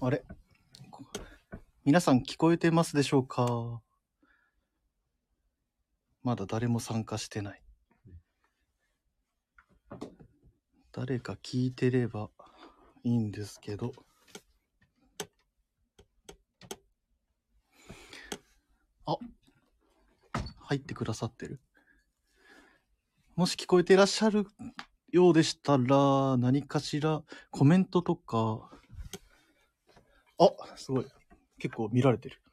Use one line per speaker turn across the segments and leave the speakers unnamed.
あれこ皆さん聞こえてますでしょうかまだ誰も参加してない。誰か聞いてればいいんですけど。あ、入ってくださってる。もし聞こえていらっしゃるようでしたら、何かしらコメントとか、あ、すごい。結構見られてる。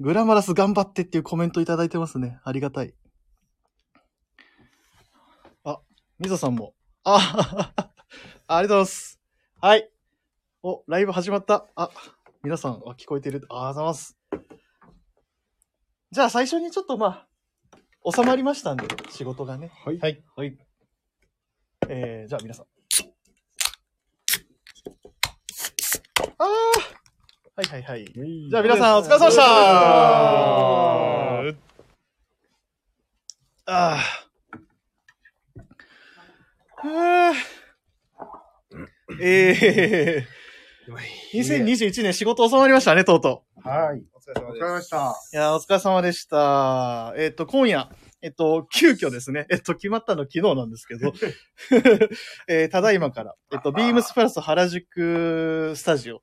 グラマラス頑張ってっていうコメントいただいてますね。ありがたい。あ、みぞさんも。あ、 ありがとうございます。はい。お、ライブ始まった。あ、皆さん、あ聞こえてる。あありがとうございます。じゃあ最初にちょっとまあ、収まりましたんで、仕事がね。
はい。はい。はい。
えー、じゃあ皆さん。ああはいはいはい。
じ
じゃあ皆さんお疲れ様でしたああ。はあ。ええー、2021年仕事収まりましたね、とうと
はい。
お疲れ様
お疲
で
れ様でした。
う。いやー、お疲れ様でした。えっ、と、今夜、えっ、と、急遽ですね、えっ、と、決まったの昨日なんですけど、 えーただいまから、えっ、と、ビームスプラス原宿スタジオ、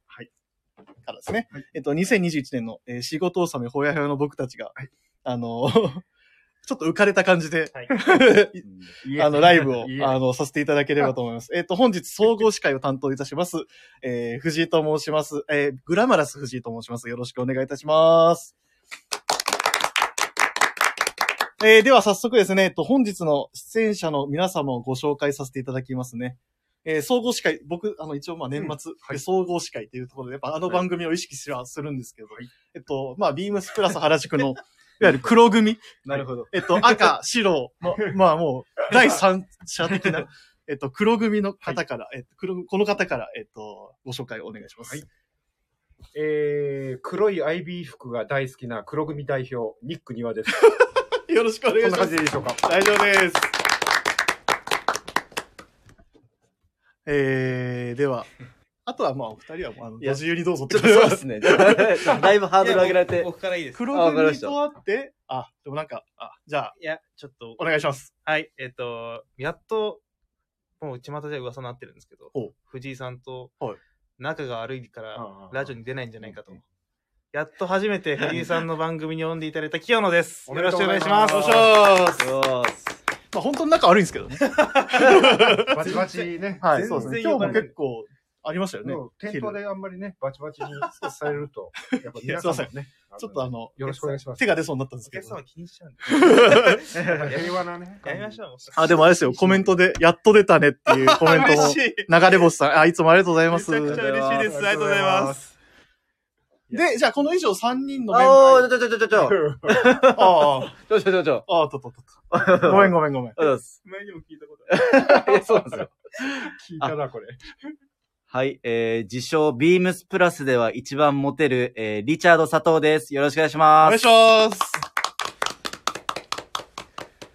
からですね、えっ、と、2021年の、えー仕事納めほやほやの僕たちが、あの ちょっと浮かれた感じ で、 あの、ライブを、あの、させていただければと思い ます。えっと、本日、総合司会を担当いたします、えー、藤井と申します。えー、グラマラス藤井と申します。よろしくお願いいたします。えー、では早速ですね、えっと、本日の出演者の皆様をご紹介させていただきますね。えー、総合司会、僕、あの、一応、まあ、年末、で総合司会というところで、やっぱあの番組を意識しはするんですけど、えっと、まあ、ビームスプラス原宿の、いわゆる黒組、
なるほど。
えっと、赤、白の、 まあもう、第三者的な、えっと、黒組の方から、えっと、黒この方から、えっと、ご紹介をお願いします。
はいえー、黒い IB 服が大好きな黒組代表、ニック庭です。
よろしくお願
こ
いし
んな
ま
感
す
じ。でいいでしょうか。
大丈夫です。えー、では、あとはまあ、お二人はもう、あの、
いや
ご自由にどうぞって
ちょっとそうです ね。だいぶハードル上げら
いや
れて。
僕僕からいいで す。
黒
あわかりま
組
した
とあって、あ、でもなんか、あ、じゃあ、
いや、ちょっと
お、願いします。
はい、えっ、と、やっと、もう巷では噂になってるんですけど
ほう、
藤井さんと
はい
仲が悪いから、ラジオ
に。
に出ないんじゃないかと
うん。
やっと初めて藤井さんの番組に呼んでいただいた清野 です。
おめ
よ
で
ろ
と
し
う
く
ご
お
ざい
願
ま
い
す
します。
お願いします。
よーし
まあ、本当に仲悪いんですけどね。
バチバチね。
はい、
全然
そうですね。今
呼
日
ば
も
れない
結構、ありましたよね。
もう店頭であんまりね、バチバチにされると、やっぱ皆さんもね、
ちょっとあの、
よろしくお願いします。
手が出そうになったんです
お
け
客
ど
様。気にしちゃうんで。
平和なね。
やめましょう。もう
あ、でもあれですよ、コメントで、やっと出たねっていうコメントも
嬉。しい。
流れ星さん、あ、いつもありがとうございます。
めちゃくちゃ嬉しいです。ありがとうございます。
で、じゃあこの以上3人のメン
お
バー
ー、ちょちょちょちょちょ。
ああ、
ちょちょちょちょ。
ああ、とっとっとっと。ごめんごめんごめん。
ありがとうございます。
前にも聞いたこと
いやそうなんですよ。
聞いたな、これ。
はい、えー、自称、ビームスプラスでは一番モテる、えー、リチャード佐藤です。よろしくお願いし
お
ま
願い
す。
します。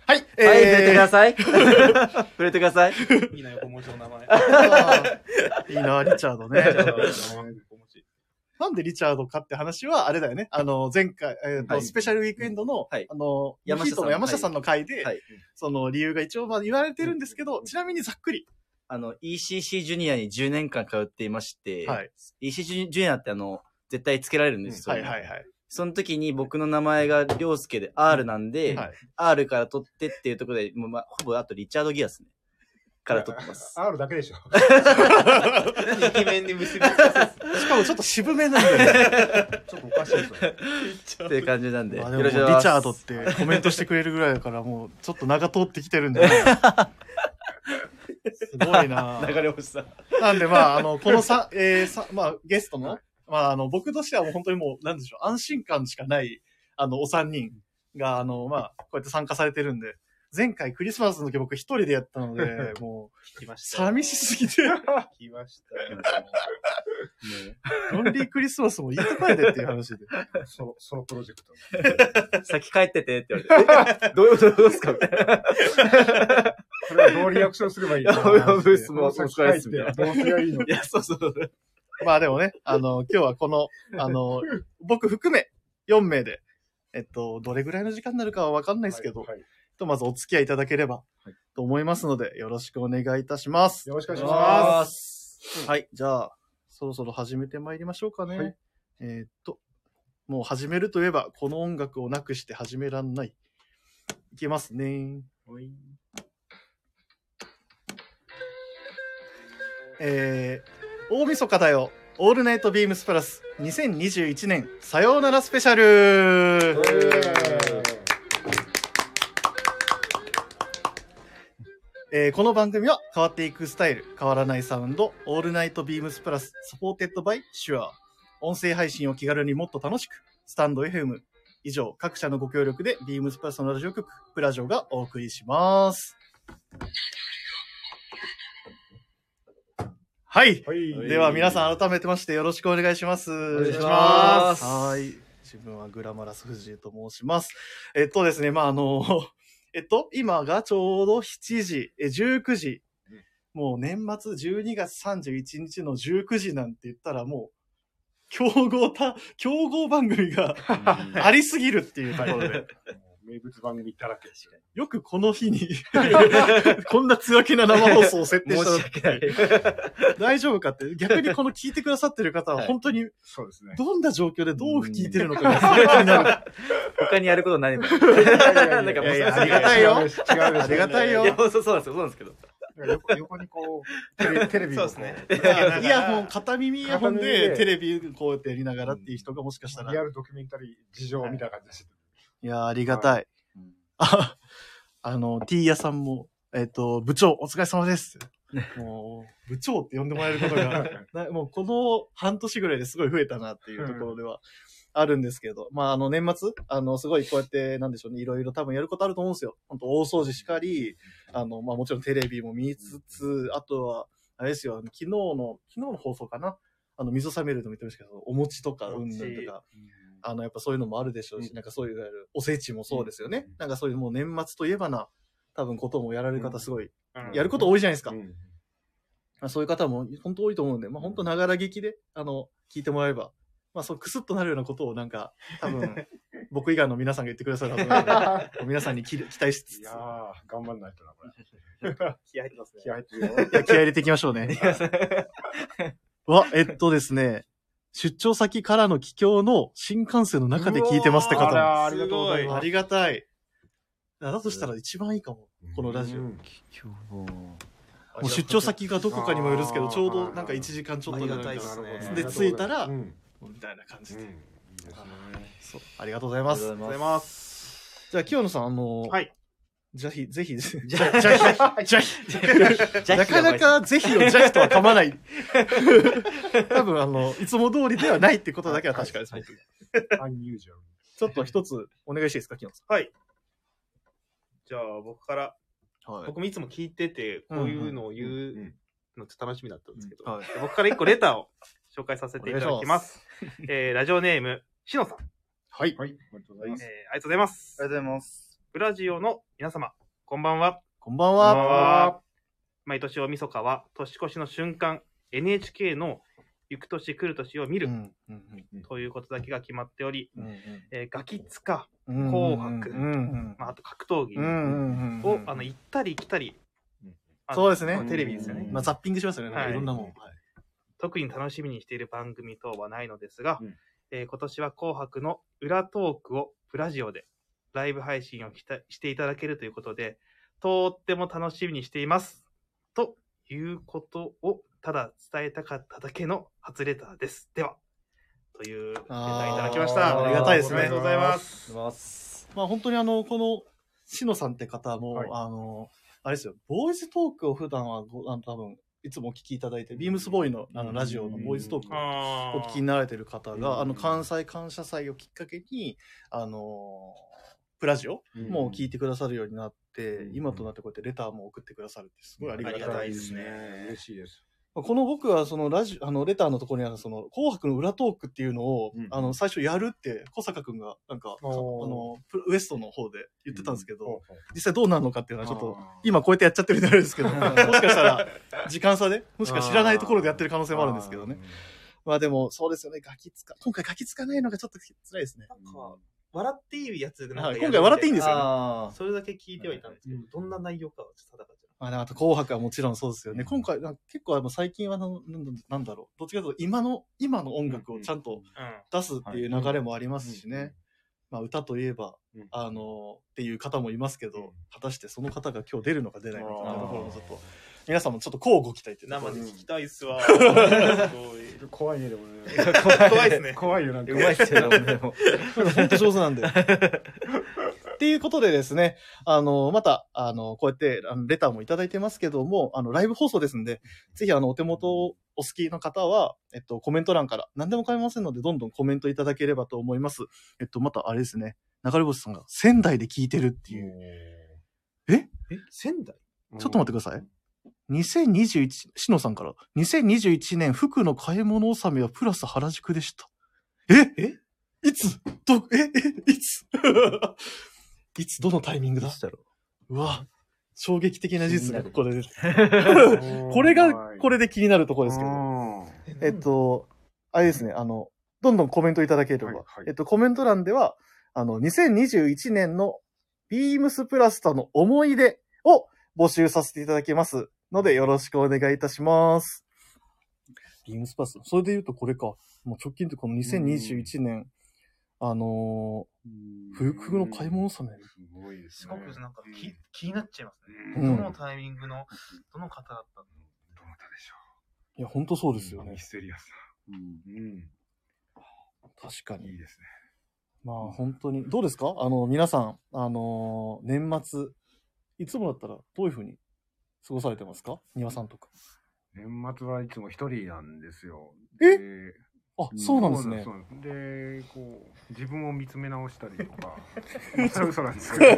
はい、えー、
はい、触れてくだ さい。 触れてください。
あ る。いいな、横文字の名 前。
いいな、リチャード
リチャ
ね。
ード横文字
なんでリチャードかって話は、あれだよね。あの、前回、えっ、と、
はい
スペシャルウィークエンドの、
はい
あの、
山
山下
下さん
さん山下さんの回で、
はい。
その理由が一応まあ言われてるんですけど、ちなみにざっくり。
あの、ECC ジュニアに10年間通っていまして、
はい。
ECC ジュニアってあの、絶対つけられるんですよ。
はいはいはい。
その時に僕の名前が涼介で R なんで、
はい
R から取ってっていうところで、もうまあ、ほぼあとリチャード・ギアスね。から取ってます。
R だけでしょ。
イケメンに結びつかせず
しかもちょっと渋めなんで、ね、
ちょっとおかしいですよ。
っていう感じなんで。
まあ
よ
でももう
ろし
リチ
くお願いし
ャ
ま
ー
す
ドってコメントしてくれるぐらいだから、もうちょっと長通ってきてるんで、ね、すごいな
流れ星さん。
なんでまあ、あの、このさ、えー、さ、まあ、ゲストの、まあ、あの、僕としてはもう本当にもう、なんでしょう、安心感しかない、あの、お三人が、あの、まあ、こうやって参加されてるんで、前回クリスマスの時僕一人でやったの で、もう、
聞きました。
寂しすぎて、
聞きました。
ロンリークリスマスも行ってないでっていう話で。
ソロ、ソロプロジェクト。
先帰っててって言われて。えどういうことですかみたいな。
それはどうリアクションすればいいの
いやブースも
も
お疲れっすみたいな
どうすりゃいいの
いや、そうそう。
まあでもね、あの、今日はこの、あの、僕含め4名で、えっと、どれぐらいの時間になるかはわかんないですけど、
はいはい
とまずお付き合いいただければ
はい
と思いますので、よろしくお願いいたします。
よろしくお
お
願いします。
す。
はい、じゃあ、そろそろ始めてまいりましょうかね。
はい
えーっと、もう始めるといえば、この音楽をなくして始めらんない。いきますね。えー、大晦日だよ。オールナイトビームスプラス2021年さようならスペシャル
イエーイ
えーこの番組は変わっていくスタイル、変わらないサウンド、オールナイトビームスプラス、サポーテッドバイシュアー。音声配信を気軽にもっと楽しく、スタンド FM。以上、各社のご協力でビームスプラスのラジオ局、プラジオがお送りします。はい。
はい。
では皆さん改めてましてよろしくお願いします。お
願
いし
ます
はい。自分はグラマラス藤井と申します。えっとですね、まあ、あの、 えっと、今がちょうど7時、え、19時。もう年末12月31日の19時なんて言ったらもう、競合た、競合番組がありすぎるっていうところで、
名物番組だらけ。
よくこの日に、こんな強気な生放送を設定した
申
の
し訳ない。
大丈夫かって、逆にこの聞いてくださってる方は本当に
そうです ね。
どんな状況でどう聞いてるのかがすごい気にな る。
他にやることないもん。
やい
なんかもう
やいや
さ
ありがたいよ
違うです違うです
ありがたいよ
いや、そうそうなんですよ、そうなんですけど。
横 横にこう、テレテレビをこ
そうですね
イヤホン、片耳イヤホン
片耳
で
で
テレビこうやってやりながらっていう人がもしかしたら。
リ
い
アルドキュメンタリー事情みたいな感じでして
や、ありがたい。あ、あの、T 屋さんも、えっと、部長、お疲れ様です。もう、部長って呼んでもらえることが、なもうこの半年ぐらいですごい増えたなっていうところではあるんですけど、まああの年末、あのすごいこうやってなんでしょうね、いろいろ多分やることあると思うんですよ。本当大掃除しかり、あのまあもちろんテレビも見つつ、あとは、あれですよ、昨日の、昨日の放送かな。あの、溝冷めるとも言ってましたけど、お餅とか、
お
うんぬ
餅
んとか、あの、やっぱそういうのもあるでしょうし、
う
なんかそういう、いわゆるおせちもそうですよね。
う
なんかそういうもう年末といえばな、多分こともやられる方すごい、
うん
やること多いじゃないですか。
うん
まあ、そういう方も本当多いと思うんで、まあ、本当ながら劇で、あの、聞いてもらえば、まあ、そう、クスッとなるようなことをなんか、多 分、僕以外の皆さんが言ってくださるはずなので、皆さんにき期待しつつ、
い
い
や
や
ー、頑張んないとな、これ。
気合入ってますね
気。合入ってるよ。
気合入れていきましょうね。 わ、えっとですね、出張先からの帰郷の新幹線の中で聞いてますって
あ
方も。
ら、ありがとうござい
あ
ー
ます。
りがたい。だとしたら一番いいかも、 このラジオ。
う
も
ん
う出張先がどこかにもよるんですけど、
あー
ちょうどなんか1時間ちょっとで
ありがたいっすね
で着いたら
うん うん
みたいな感じ
うん
で。
いいですね
そう、ありがとうございます。
ありがとうございます。
じゃあ、清野さん、あの、
はい。
ぜひ、ぜひ、ぜ
じゃ、じゃ、
ひ、ぜ ひ、なかなかぜひをぜひとは噛まない。多分、あの、いつも通りではないってことだけは確かです。
はいアンユージャル。
ちょっと一つお願いしていいですか、清野さ
はい。じゃあ、僕から、
ん。は
僕もいつも聞いてて、こういうのを言
うんう
うんのって楽しみだったんですけど、
はい。
僕から一個レターを紹介させていただきます。えーラジオネーム、しのさん、えー
はい。
はい、ありがとうござい
あ
ま
り
す。
がとうございます。
ありがとうございます。
ブラジオの皆様、こんばんは。
こんばん
こんばん
は。
は毎年大晦日は、年越しの瞬間、NHK の行く年来る年を見
う
る、
ん。うん
ということだけが決まっており、
うん
えーガキツカ、
うん
紅白
うんうん
まあ、あと格闘技
うんうんうん。
を、あの、行ったり来たり
うん、
あの
そうですね
まあテレビですよね。
まあ、ザッピングしますよね。なんか
はい
いろんなもん。
特に楽しみにしている番組等はないのですが、
うん
えー今年は紅白の裏トークをブラジオでライブ配信をしたしていただけるということで、とっても楽しみにしています。ということをただ伝えたかっただけの初レターです。では、というレターいただきました。
あーありがたいですね
ありがとうございます。
ありがとうございます。
まあ、本当にあの、この、しのさんって方も、
はい
あの、あれですよ、ボーイズトークを普段はご、あの、多分、いつもお聞きいただいて、ビームスボーイの、あの、ラジオのボーイズトークを
あ
お聞きになられてる方
う
が、
ん
あの、関西感謝祭をきっかけに、あのープラジオ
うん
もう聞いてくださるようになって、
うん
今となってこうやってレターも送ってくださるってすごいありが
あり
た
が
い。
たいですね
嬉しいです。
この僕はそのラジオ、あの、レターのところにあるその、紅白の裏トークっていうのを、
うん
あの、最初やるって、小坂くんが、なんか、かあ
おー
の、プロウエストの方で言ってたんですけど、
ほう
実際どうなるのかっていうのはちょっと、
あー
今こうやってやっちゃってるみたいなんですけど、もしかしたら、時間差で、もしか知らないところでやってる可能性もあるんですけどね。。まあでも、そうですよね、ガキつか、今回ガキつかないのがちょっと辛いですね。
なんか、笑っていいやつでなんか
はい
やるみた
今回笑っていいんですよ
あ
それだけ聞いてはいたんですけど、どんな内容かはちょっと定かじ
まあね、あと紅白はもちろんそうですよね。今回、なんか結構あの最近はのなんだなんだろう。どっちかというと今の、今の音楽をちゃんと
ゃない。
出すっていう流れもありますしね。まあ歌といえば
うん、
あの、っていう方もいますけ
うん
ど、果たしてその方が今日出るのか出ないのかっていうところも
あー
ちょっと、皆さんもちょっと乞うご期待っていうとこ
生
ろで
で
うん
聞きたいっす わ。すごい
うん怖いね、でもね。
怖いですね。
怖いよ、なん か。
うまいっすよ、で も。
ほんと上手なんで。っていうことでですね、あの、また、あの、こうやって、あの、レターもいただいてますけども、あの、ライブ放送ですんで、ぜひ、あの、お手元お好きの方は、えっと、コメント欄から、何でも構いませんので、どんどんコメントいただければと思います。えっと、また、あれですね、流れ星さんが仙台で聞いてるっていう。
え、仙台
ちょっと待ってください。2021、しのさんから、2021年服の買い物納めはプラス原宿でした。ええいつど、ええいつ いつどのタイミング
ど
だ
うしたろ
うわ、衝撃的な事実がここで出て。
うん
これが、これで気になるところですけど。
うん
えっと、あれですね、あの、どんどんコメントいただければ、
はいはい
えっと、コメント欄では、あの、2021年のビームスプラスとの思い出を募集させていただきますので、よろしくお願いいたします。ビームスプラス。それで言うとこれか。もう直近ってこの2021年、あのー、冬服の買い物納め。
すごいです
す
ね。
ごくなんかき気になっちゃいます
う
ね。
ん
どのタイミングの、どの方だったの
どなたでしょ
いや、ほんとそう
う
ですよね
ミ。ステリアスな。うん。
確かに
い。いですね。
まあ本当に、どうですかあの、皆さん、あのー年末、いつもだったらどういうふうに過ごされてますか庭さんとか。
年末はいつも一人なんですよ。
え
で
あ、そうなんですね
そ。うなんですで、こう、自分を見つめ直したりと か。それ嘘なんですけど。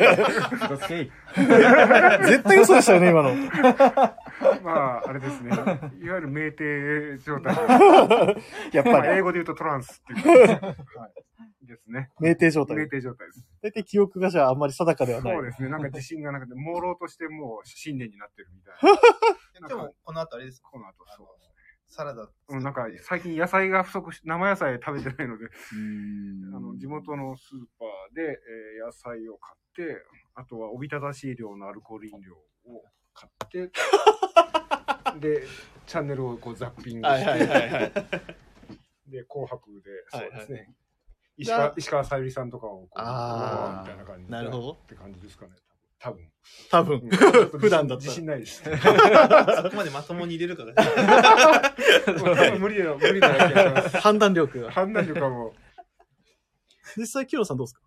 絶対嘘でしたよね、今の。
まあ、あれですね。いわゆる酩酊状態。
やっ
ま
ぱ
あ、英
り、
語で言うとトランスっていう感じ。はい。ですね。
酩酊状
酩
態。
酊状態です。
大体記憶がじゃああんまり定かではない。
そうですね。なんか自信がなくて、朦朧としてもう信念になってるみたいな。な
で
んか、
もこの後あれですか
この後、そうですね。
サラダ作って。
うん、なんか最近野菜が不足し、生野菜食べてないので、あ
あ
の、地元のスーパーで、えー野菜を買って、あとはおびただしい量のアルコール飲料を買 って、で、チャンネルをこうザッピングして、
はい。
で、紅白で、そうですね。石
じゃあ
川石川さゆりさんとかをこう、
あー
みたいな感じで
なるほど
って感じですかね。多 分。
多
多
分。
分うん
普段だったら
自信な いです。
そこまでまともに入れるかが。
多分無理だよ、無理だよ気が します。
判断力が。
判断力はも
実際、キロさんどうですか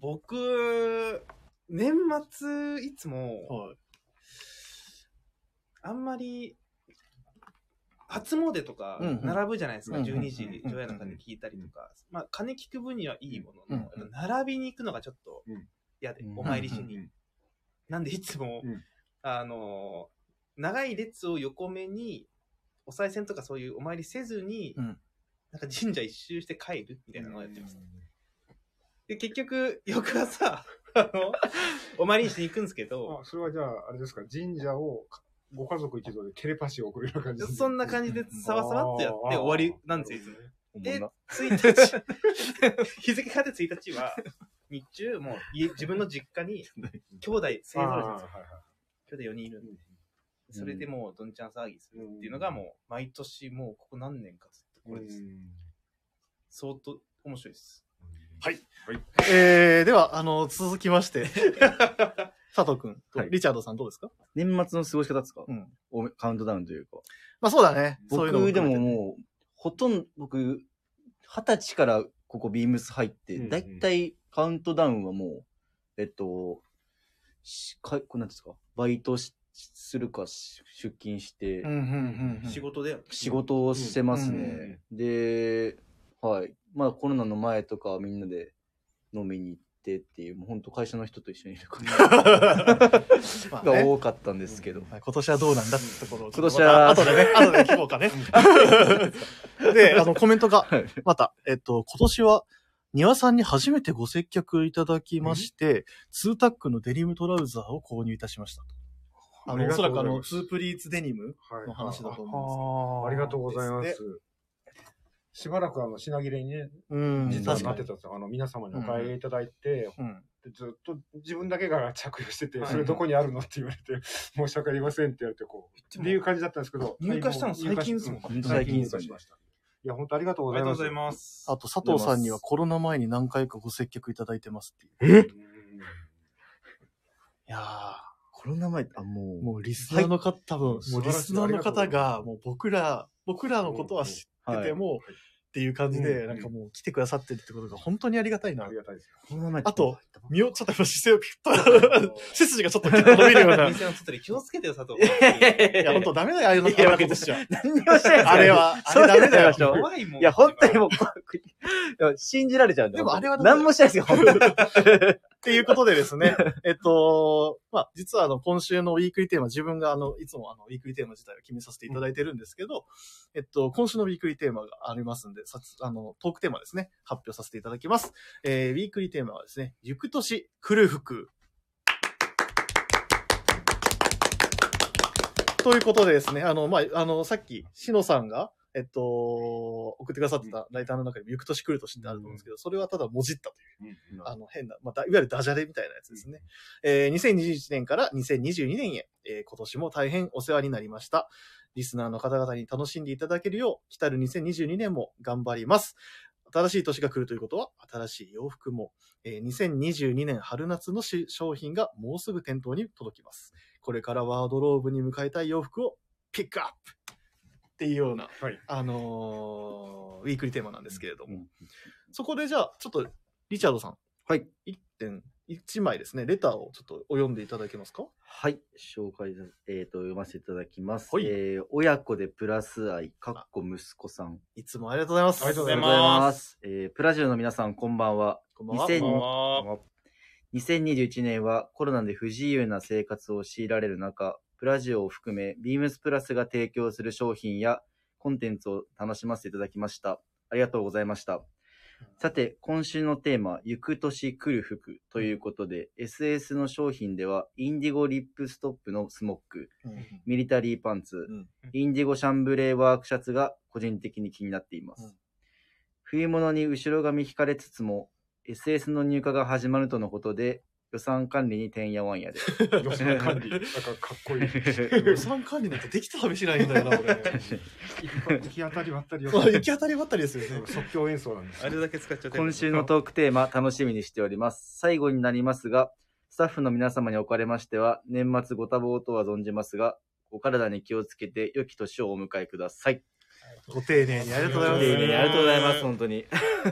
僕、年末、いつも、
はい。
あんまり、初詣とか
うんうん
並ぶじゃないですか、
うんうん
12時、上夜中に聞いたりとか、まあ、金聞く分にはいいも
う
のの、
ん
やっぱ並びに行くのがちょっと
うん
嫌で、
うん
お参りしに。
うん
なんで、いつも、
うん
あのー長い列を横目に、お賽銭とかそういうお参りせずに、
うん
なんか神社一周して帰るみたいなのを
う
やってます。で、結局、翌朝、 あの、お参りしに行くんですけど、
あそれはじゃあ、あれですか、神社をご家族一同でテレパシーを送るような感じで
そんな感じでサワサワっとやって終わりなんですよ、いつも。で、1日、日付変わって1日は、日中、もう家、自分の実家に、兄弟、
あ
勢
ー
揃い
はいは
し
い
たんですよ。兄弟4人いるんで。それでもう、どんちゃん騒ぎするっていうのが、もう、毎年、もう、ここ何年かずっとこ
はい
れです。相当面白いです。
えー、では、あの、続きまして、佐藤くん、
はい
リチャードさんどうですか
年末の過ごし方ですか
うん。
おめカウントダウンというか。
まあそうだね。そういうの
僕で
含め
も
て
もう、ほとんど、僕、二十歳からここビームス入って、
うんうん
だいたいカウントダウンはもう、えっと、しかこうなんていうんですか、バイトしするかし出勤して、
うんうんうんうん。
仕事で、
仕事をしてます
うん
うん
ね。で、はい。まあコロナの前とかはみんなで飲みに行っってっていう、もう本当会社の人と一緒にいるこ
まあ
とが
ね
多かったんですけど。
はい今年はどうなんだってところをちょっと
今年は
また後 でね、後で聞こうかね。で、あの、コメントが、
はい
また、えっと、今年は、庭さんに初めてご接客いただきまして、ツータックのデニムトラウザーを購入いたしました。あの、おそらくあの、ツープリーツデニムの話だと思
あ
ありがとう
う。
ございます。しばらくあの品切れにね、
うんですけ
実
ど。うん、
は
確
な
か
って
に。
たんですよ。あの皆様にお買い上げいただいて、
うん。
でずっと自分だけが着用してて、
はい
それどこにあるのって言われて、 申し訳ありませんって言われて、こう、っていう感じだったんですけど。
入荷したの最近ですもん
う
本当
最
最
近
近
入
ですよ
荷
ね
しました。いや、本当ありがとうご
あ
ざ
り
い
がとう
ま
ご
す。
ざいます。
あと、佐藤さんにはコロナ前に何回かご接客いただいてますっていう。
うん
いやー、
コロナ前、あ、もう、
もうリスナーの方、多分、
素
もう
晴ら
リ
しい
スナーの方が、もう僕ら、僕らのことは知ってても、っていう感じで、
うん
なんかもう来てくださってるってことが本当にありがたいな
あり。がたい です。
コロナ前
あと、身を、ちょっと今姿勢をピ
あ
ュッ
の
と、 背筋がちょっとピュッと伸びるよう な。い
店の外に気をつけてよ、佐藤。
や、本当ダメだよ、ああいうの、あ
い
ん
や
なことしちゃ。
何にもしてないですよ
あれ。は、あ
そう
れ
いう
ダメ
の
だよ
やめま。しょう
怖いもん。
いや、本当にもう、こういや信じられちゃうんだよ
でもあれはだって
何もしてないですよ、本当に。
っていうことでですね、 えっと、まあ、実はあの、今週のウィークリーテーマ、自分があの、いつもあの、ウィークリーテーマ自体を決めさせていただいてるんですけど、えっと、今週のウィークリーテーマがありますんで、さつあの、トークテーマですね、発表させていただきます。えー、ウィークリーテーマはですね、行く年来る服。ということでですね、あの、まあ、あの、さっき、しのさんが、えっと、送ってくださってたライターの中にも、行く年来る年ってあると思うんですけど、それはただもじったというあの、変な、まあ、だいわゆるダジャレみたいなやつですね。えー2021年から2022年へ、えー今年も大変お世話になりました。リスナーの方々に楽しんでいただけるよう、来たる2022年も頑張ります。新しい年が来るということは、新しい洋服も、えー2022年春夏のし商品がもうすぐ店頭に届きます。これからワードローブに向かいたい洋服をピックアップっていうような、
はい
あのーウィークリーテーマなんですけれども。
うん
そこでじゃあ、ちょっと、リチャードさん、
はい。
一点、一枚ですね、レターをちょっとお読んでいただけますか
はい、紹介さ、えっ、と、読ませていただきます。
はい
えー親子でプラス愛、かっこ息子さん。
いつもありがとうございます。
ありがとうござい
ありがとうご
ま
ざいます。えープラジオの皆さん、こんばんは。
こんばんは
2000
こんばんは
あー
2021年はコロナで不自由な生活を強いられる中、プラジオを含め、ビームスプラスが提供する商品やコンテンツを楽しませていただきました。ありがとうございました。さて、今週のテーマ、行く年来る服ということで、SS の商品では、インディゴリップストップのスモック、
うん
ミリタリーパンツ、
うん
インディゴシャンブレーワークシャツが個人的に気になっています。
うん
冬物に後ろ髪引かれつつも、SS の入荷が始まるとのことで、予算管理にてんやわんやで。
予算管 理。なんかかっこいい。
予算管理なんてできた試しないんだよな、俺。
行き当たりばったりを。
そう行き当たりばったりですよね。
即興演奏なんです
あ。れだけ使っちゃってる
今週 のトークテーマ、楽しみにしております。最後になりますが、スタッフの皆様におかれましては、年末ご多忙とは存じますが、お体に気をつけて、良き年をお迎えください。
ご丁寧にありがとうございま
丁
す。
寧にありがとうございます、本当に。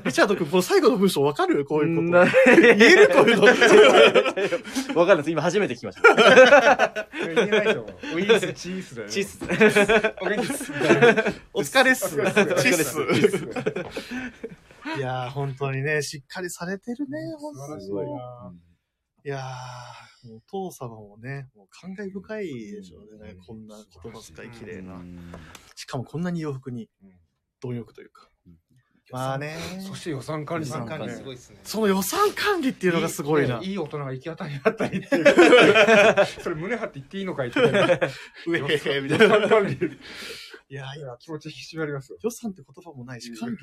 リチャード君、この最後の文章わかるこういうこと。
言
言えるこういうの。
わかんないです。今初めて聞きました。
言えないでしょ。ウィー ス、チースだよね。
チッス。
オレンジっす。
お疲れっす。チ
お疲れっす
ッス
お。
いやー、本当にね、しっかりされてるね、本
素晴
当
ら
に
し
い
いな。
やー、もうお父様もね、もう感慨深いでしょうね。こんな言葉遣い綺麗な。しかもこんなに洋服に
うん
貪欲というか。まあね。
そして予算管理さんか
参加
ね。
すごいですね。
その予算管理っていうのがすごいな。
いい大人が行き当たりばったりっていう。それ胸張って言っていいのかいって。
上
予
へみたいな。
算管理。
いや、
い
今、
や気持ち引き締まりますよ。
予算って言葉もないし、管理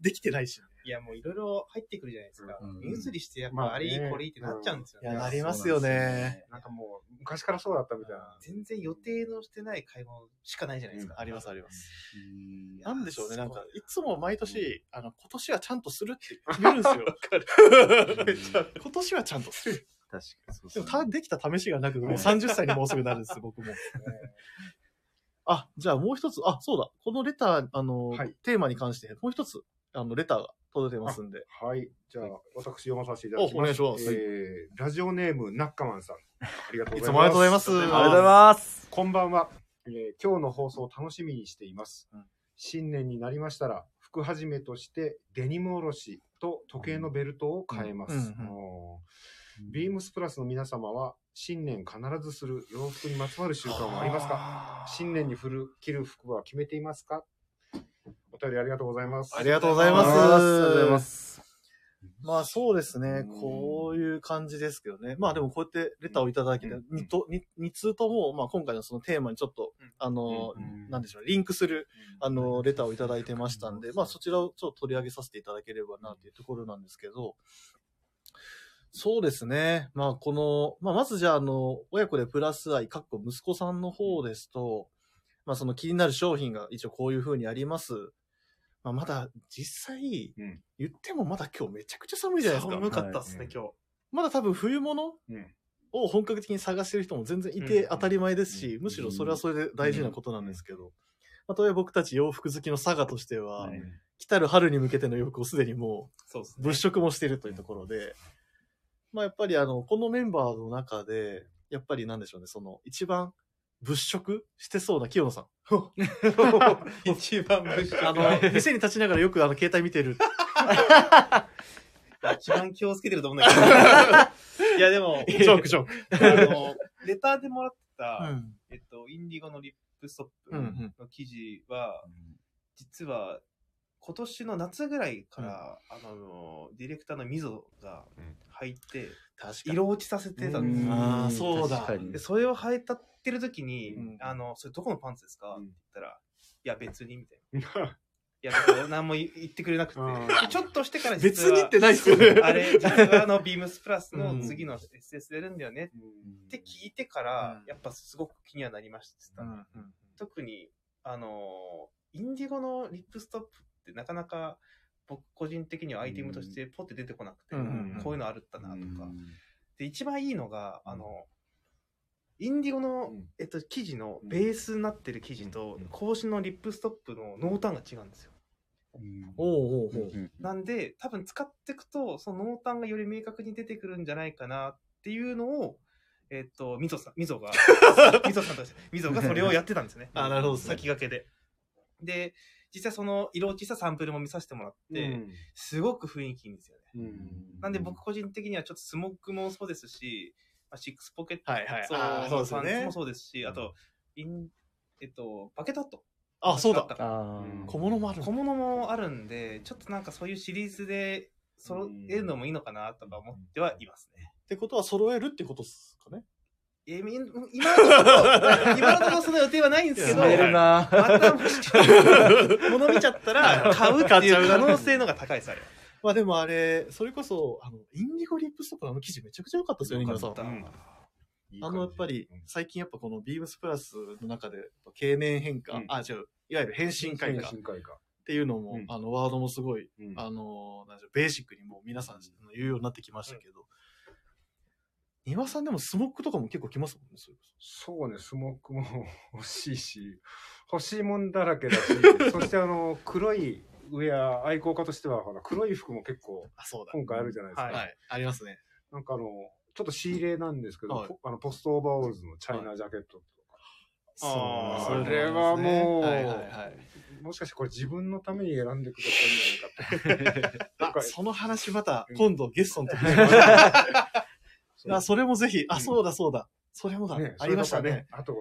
できてないし。
いや、もういろいろ入ってくるじゃないですか
うん。
目移りして、やっ
まあ
ぱあれいい
ね
これいいってなっちゃうんですよ
いや
ね。
なりますよね。
なんかもう、昔からそうだったみたいな。
全然予定のしてない買い物しかないじゃないですか。
ありますあります。
うん
なんでしょうね、なんか
す、
いつも毎年、あの、今年はちゃんとするって言うんです よ。今年はちゃんとする。
確かにそうっす
で
ね
も、た、できた試しがなく、もう30歳にもうすぐなるんです、僕も。あ、じゃあもう一つ、あ、そうだ。このレター、あの、
はい
テーマに関して、もう一つ、あの、レターが届いてますんで。
はい。じゃあ、私読まさせていただきます。
おお願いします
えーラジオネーム、ナッカマンさん。ありがとうご
いつ
ざいます。
もありがとうございます
ありがとう
あ
ござ
り
います
がとうございます。
こんばんは、えー今日の放送を楽しみにしています。
うん
新年になりましたら、服はじめとしてデニムおろし、と時計のベルトを変えます。
うんうんうん
おービームスプラスの皆様は、新年必ずする洋服にまつわる習慣はありますか
か
新年に振る着る服は決めていますかお便りありがとうございます。
ありがとうございます。。
ありがとうございます
まあそうですね
う。ん
こういう感じですけどね。まあでもこうやってレターをいただけて
うん、
2と、に二通とも、まあ今回のそのテーマにちょっと
うん、
あの
う、ん
なんでしょう、リンクする、あの、レターをいただいてましたんで、まあそちらをちょっと取り上げさせていただければなというところなんですけど、そうですね。まあこの、まあまずじゃああの、親子でプラス愛、かっこ息子さんの方ですと、まあその気になる商品が一応こういう風にあります。まあまだ実際
うん、
言ってもまだ今日めちゃくちゃ寒いじゃないですか。
寒かったっすね、
はい
今日。
まだ多分冬物
うん
を本格的に探してる人も全然いて当たり前ですし、
うん
むしろそれはそれで大事なことなんですけど、まあ、例えば僕たち洋服好きの佐賀としては、
はい
来たる春に向けての洋服をすでにも
そうです
う
ね。
物色もしてるというところで、まあやっぱりあの、このメンバーの中で、やっぱりなんでしょうね、その一番物色してそうな清野さん。
一番無視。
あの、店に立ちながらよくあの、携帯見 てる。
一番気をつけてると思うんだけど。いや、でも、
ジョークジョーク。
あの、レターでもらってた、
うん。
えっと、インディゴのリップストッ
う
プ
んうん
の記事は、実は、今年の夏ぐらいから、あの、ディレクターのミゾが
うん
入って、
確かに。
色落ちさせてたんです
うん
よ。
あーそうだ
確かに
で、それを履いたってる時に、
うん
あの、それどこのパンツですか、
う
っ
ん
て言ったら、いや、別に、みたいな。
うん
いや、だから何も言ってくれなくて
うん。
でちょっとしてから実
別
は
にってないっすよね。
あれ、実はあの、ビームスプラス
う
の
ん
次の SS 出るんだよねって聞いてか
う
ら
ん、
やっぱすごく気にはなりました。
うんうん
特に、あのー、インディゴのリップストップってなかなか僕個人的にはアイテムとしてポって出てこなくて、
うん
こういうのあるったなとか。
うん
で、一番いいのが、あの、インディゴの、
うん
えっと、生地のベースになってる生地と
うん、
格子のリップストップの濃淡が違うんですよ。
おうおうおう。。
なんで、多分使っていくと、その濃淡がより明確に出てくるんじゃないかなっていうのを、えっ、と、みぞさん、みぞが、みぞさんとして、みぞがそれをやってたんですね
あなるほど
先駆けで。で、実際その色落ちしたサンプルも見させてもらって、すごく雰囲気いいんですよね。
うん
なんで僕個人的にはちょっとスモックもそうですし、まあ、シックスポケット
はいはい。あー
の
そ
パ
う
ン
です
ツ
ね
も。そうですし、あと、イン、えっと、バケットハット。
あ、そうだ。
だ
あ
うん
ー
小物もあるんだ
小物もあるんで、ちょっとなんかそういうシリーズで揃えるのもいいのかなとか思ってはいますね。
ってことは揃えるってことですか ね。
いや今今のところ、今のところその予定はないんですけど、
い
冷め
ま
るなぁ
たもし かしたら、物見ちゃっ たら買うっていう可能性のが高いです、あれは。
まあでもあれ、それこそ、あの、インディゴリップストップのあの記事めちゃくちゃ良かったですよね、皆さん。
うん
あの、やっぱり、最近やっぱこのビームスプラスの中で、経年変化、
うん
あ、違う、いわゆる変身
深
開
海
花
か。
っ
深海か。
ていうのも、
うん
あの、ワードもすごい、
うん
あの、なんでしょうベーシックにもう皆さん言うようになってきましたけど、庭さんでもスモックとかも結構来ますもんね、それこ
そうね、スモークも欲しいし、欲しいもんだら けだし、そしてあの、黒いウェア愛好家としては、ほら、黒い服も結構
そ。あ、そうだ。
今回あるじゃないですか。
はい
はい、ありますね。
なんかあの、ちょっと仕入れなんですけど、
はい
ポあのポストオーバーオールズのチャイナジャケットとか。
あー
そう
それはもう
はいはいはい。
もしかしてこれ自分のために選んでくれたんじゃないかって。な ん
あ、
か
その話また、今度ゲストの時に。
そう
あ、それもぜひ。
う
あ、
ん
そうだそうだ。それもだ。
ね
ありましたね。。
それとかあと、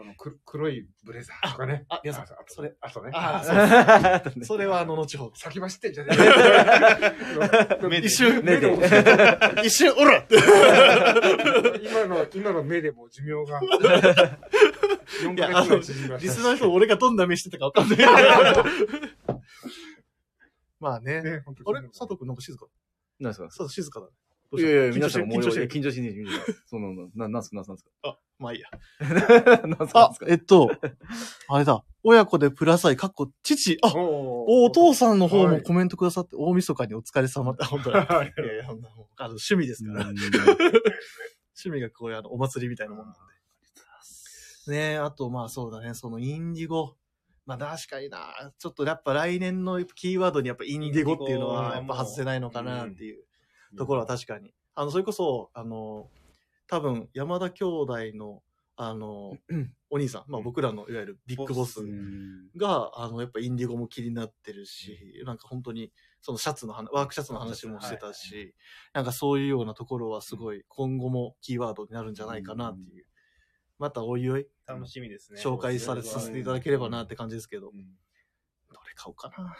あのく黒いブレザーとかね。
あ、皆さん
あ、と
それ。。
あとね。
あそう
あー
それはあの、後ほ
先走ってんじゃねえ
ど。
目で
一瞬、
目 で
目 で 一瞬、おらって。
今の、今の目でもう寿命が。4
や
ヶ月ぐらい縮みま
リ
し
ス
た。
ナーの人、俺がどんな目してたかわかんない。まあね。
ね、本
あ
当
れ佐藤くんなんか静か
何ですか
佐藤静かだね。どう
い
した
やいや、皆さん
緊
が
張
盛り上
して
が
る
り、緊張してる、緊張してる。そうなんだ。な、なんすか、なんすか、
あ、まあいいや。
なんすか。なんすか、なん
あ
すか、。
えっと、あれだ。親子でプラサイ、かっこ、父、あ、おお父さんの方もコメントくださって、大晦日にお疲れ様だ。本当だ。
はい
いやいや、そんなもんあの趣味ですから。
う
趣味がこういうあのお祭りみたいなもんなんで。ねえ、あとまあそうだね、そのインディゴ。まあ確かにな、ちょっとやっぱ来年のキーワードにやっぱインディゴっていうのはやっぱ外せないのかなっていうところは確かに。あの、それこそ、あの、多分山田兄弟の、あの、お兄さん、まあ僕らのいわゆるビッグボス
ん
が、あの、やっぱインディゴも気になってるし、なんか本当にそのシャツの話、ワークシャツの話もしてたし、なんかそういうようなところはすごい今後もキーワードになるんじゃないかなっていう。またおいおい
楽しみですね。
紹介され、
そ
さ
は
せていただければなって感じですけど。どれ買おうかな。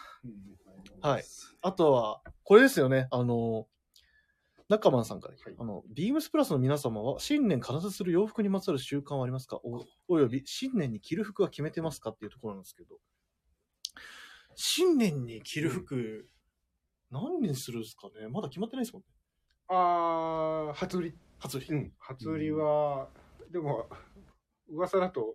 はい。あとは、これですよね。あの、中間さんから、あの、ビームスプラスの皆様は、新年必ずする洋服にまつわる習慣はありますかおおよび、新年に着る服は決めてますかっていうところなんですけど。新年に着る服、何にするんですかねまだ決まってないですもんね。
あー、初売り。
初売り。
うん、初売りは、でも、噂だと、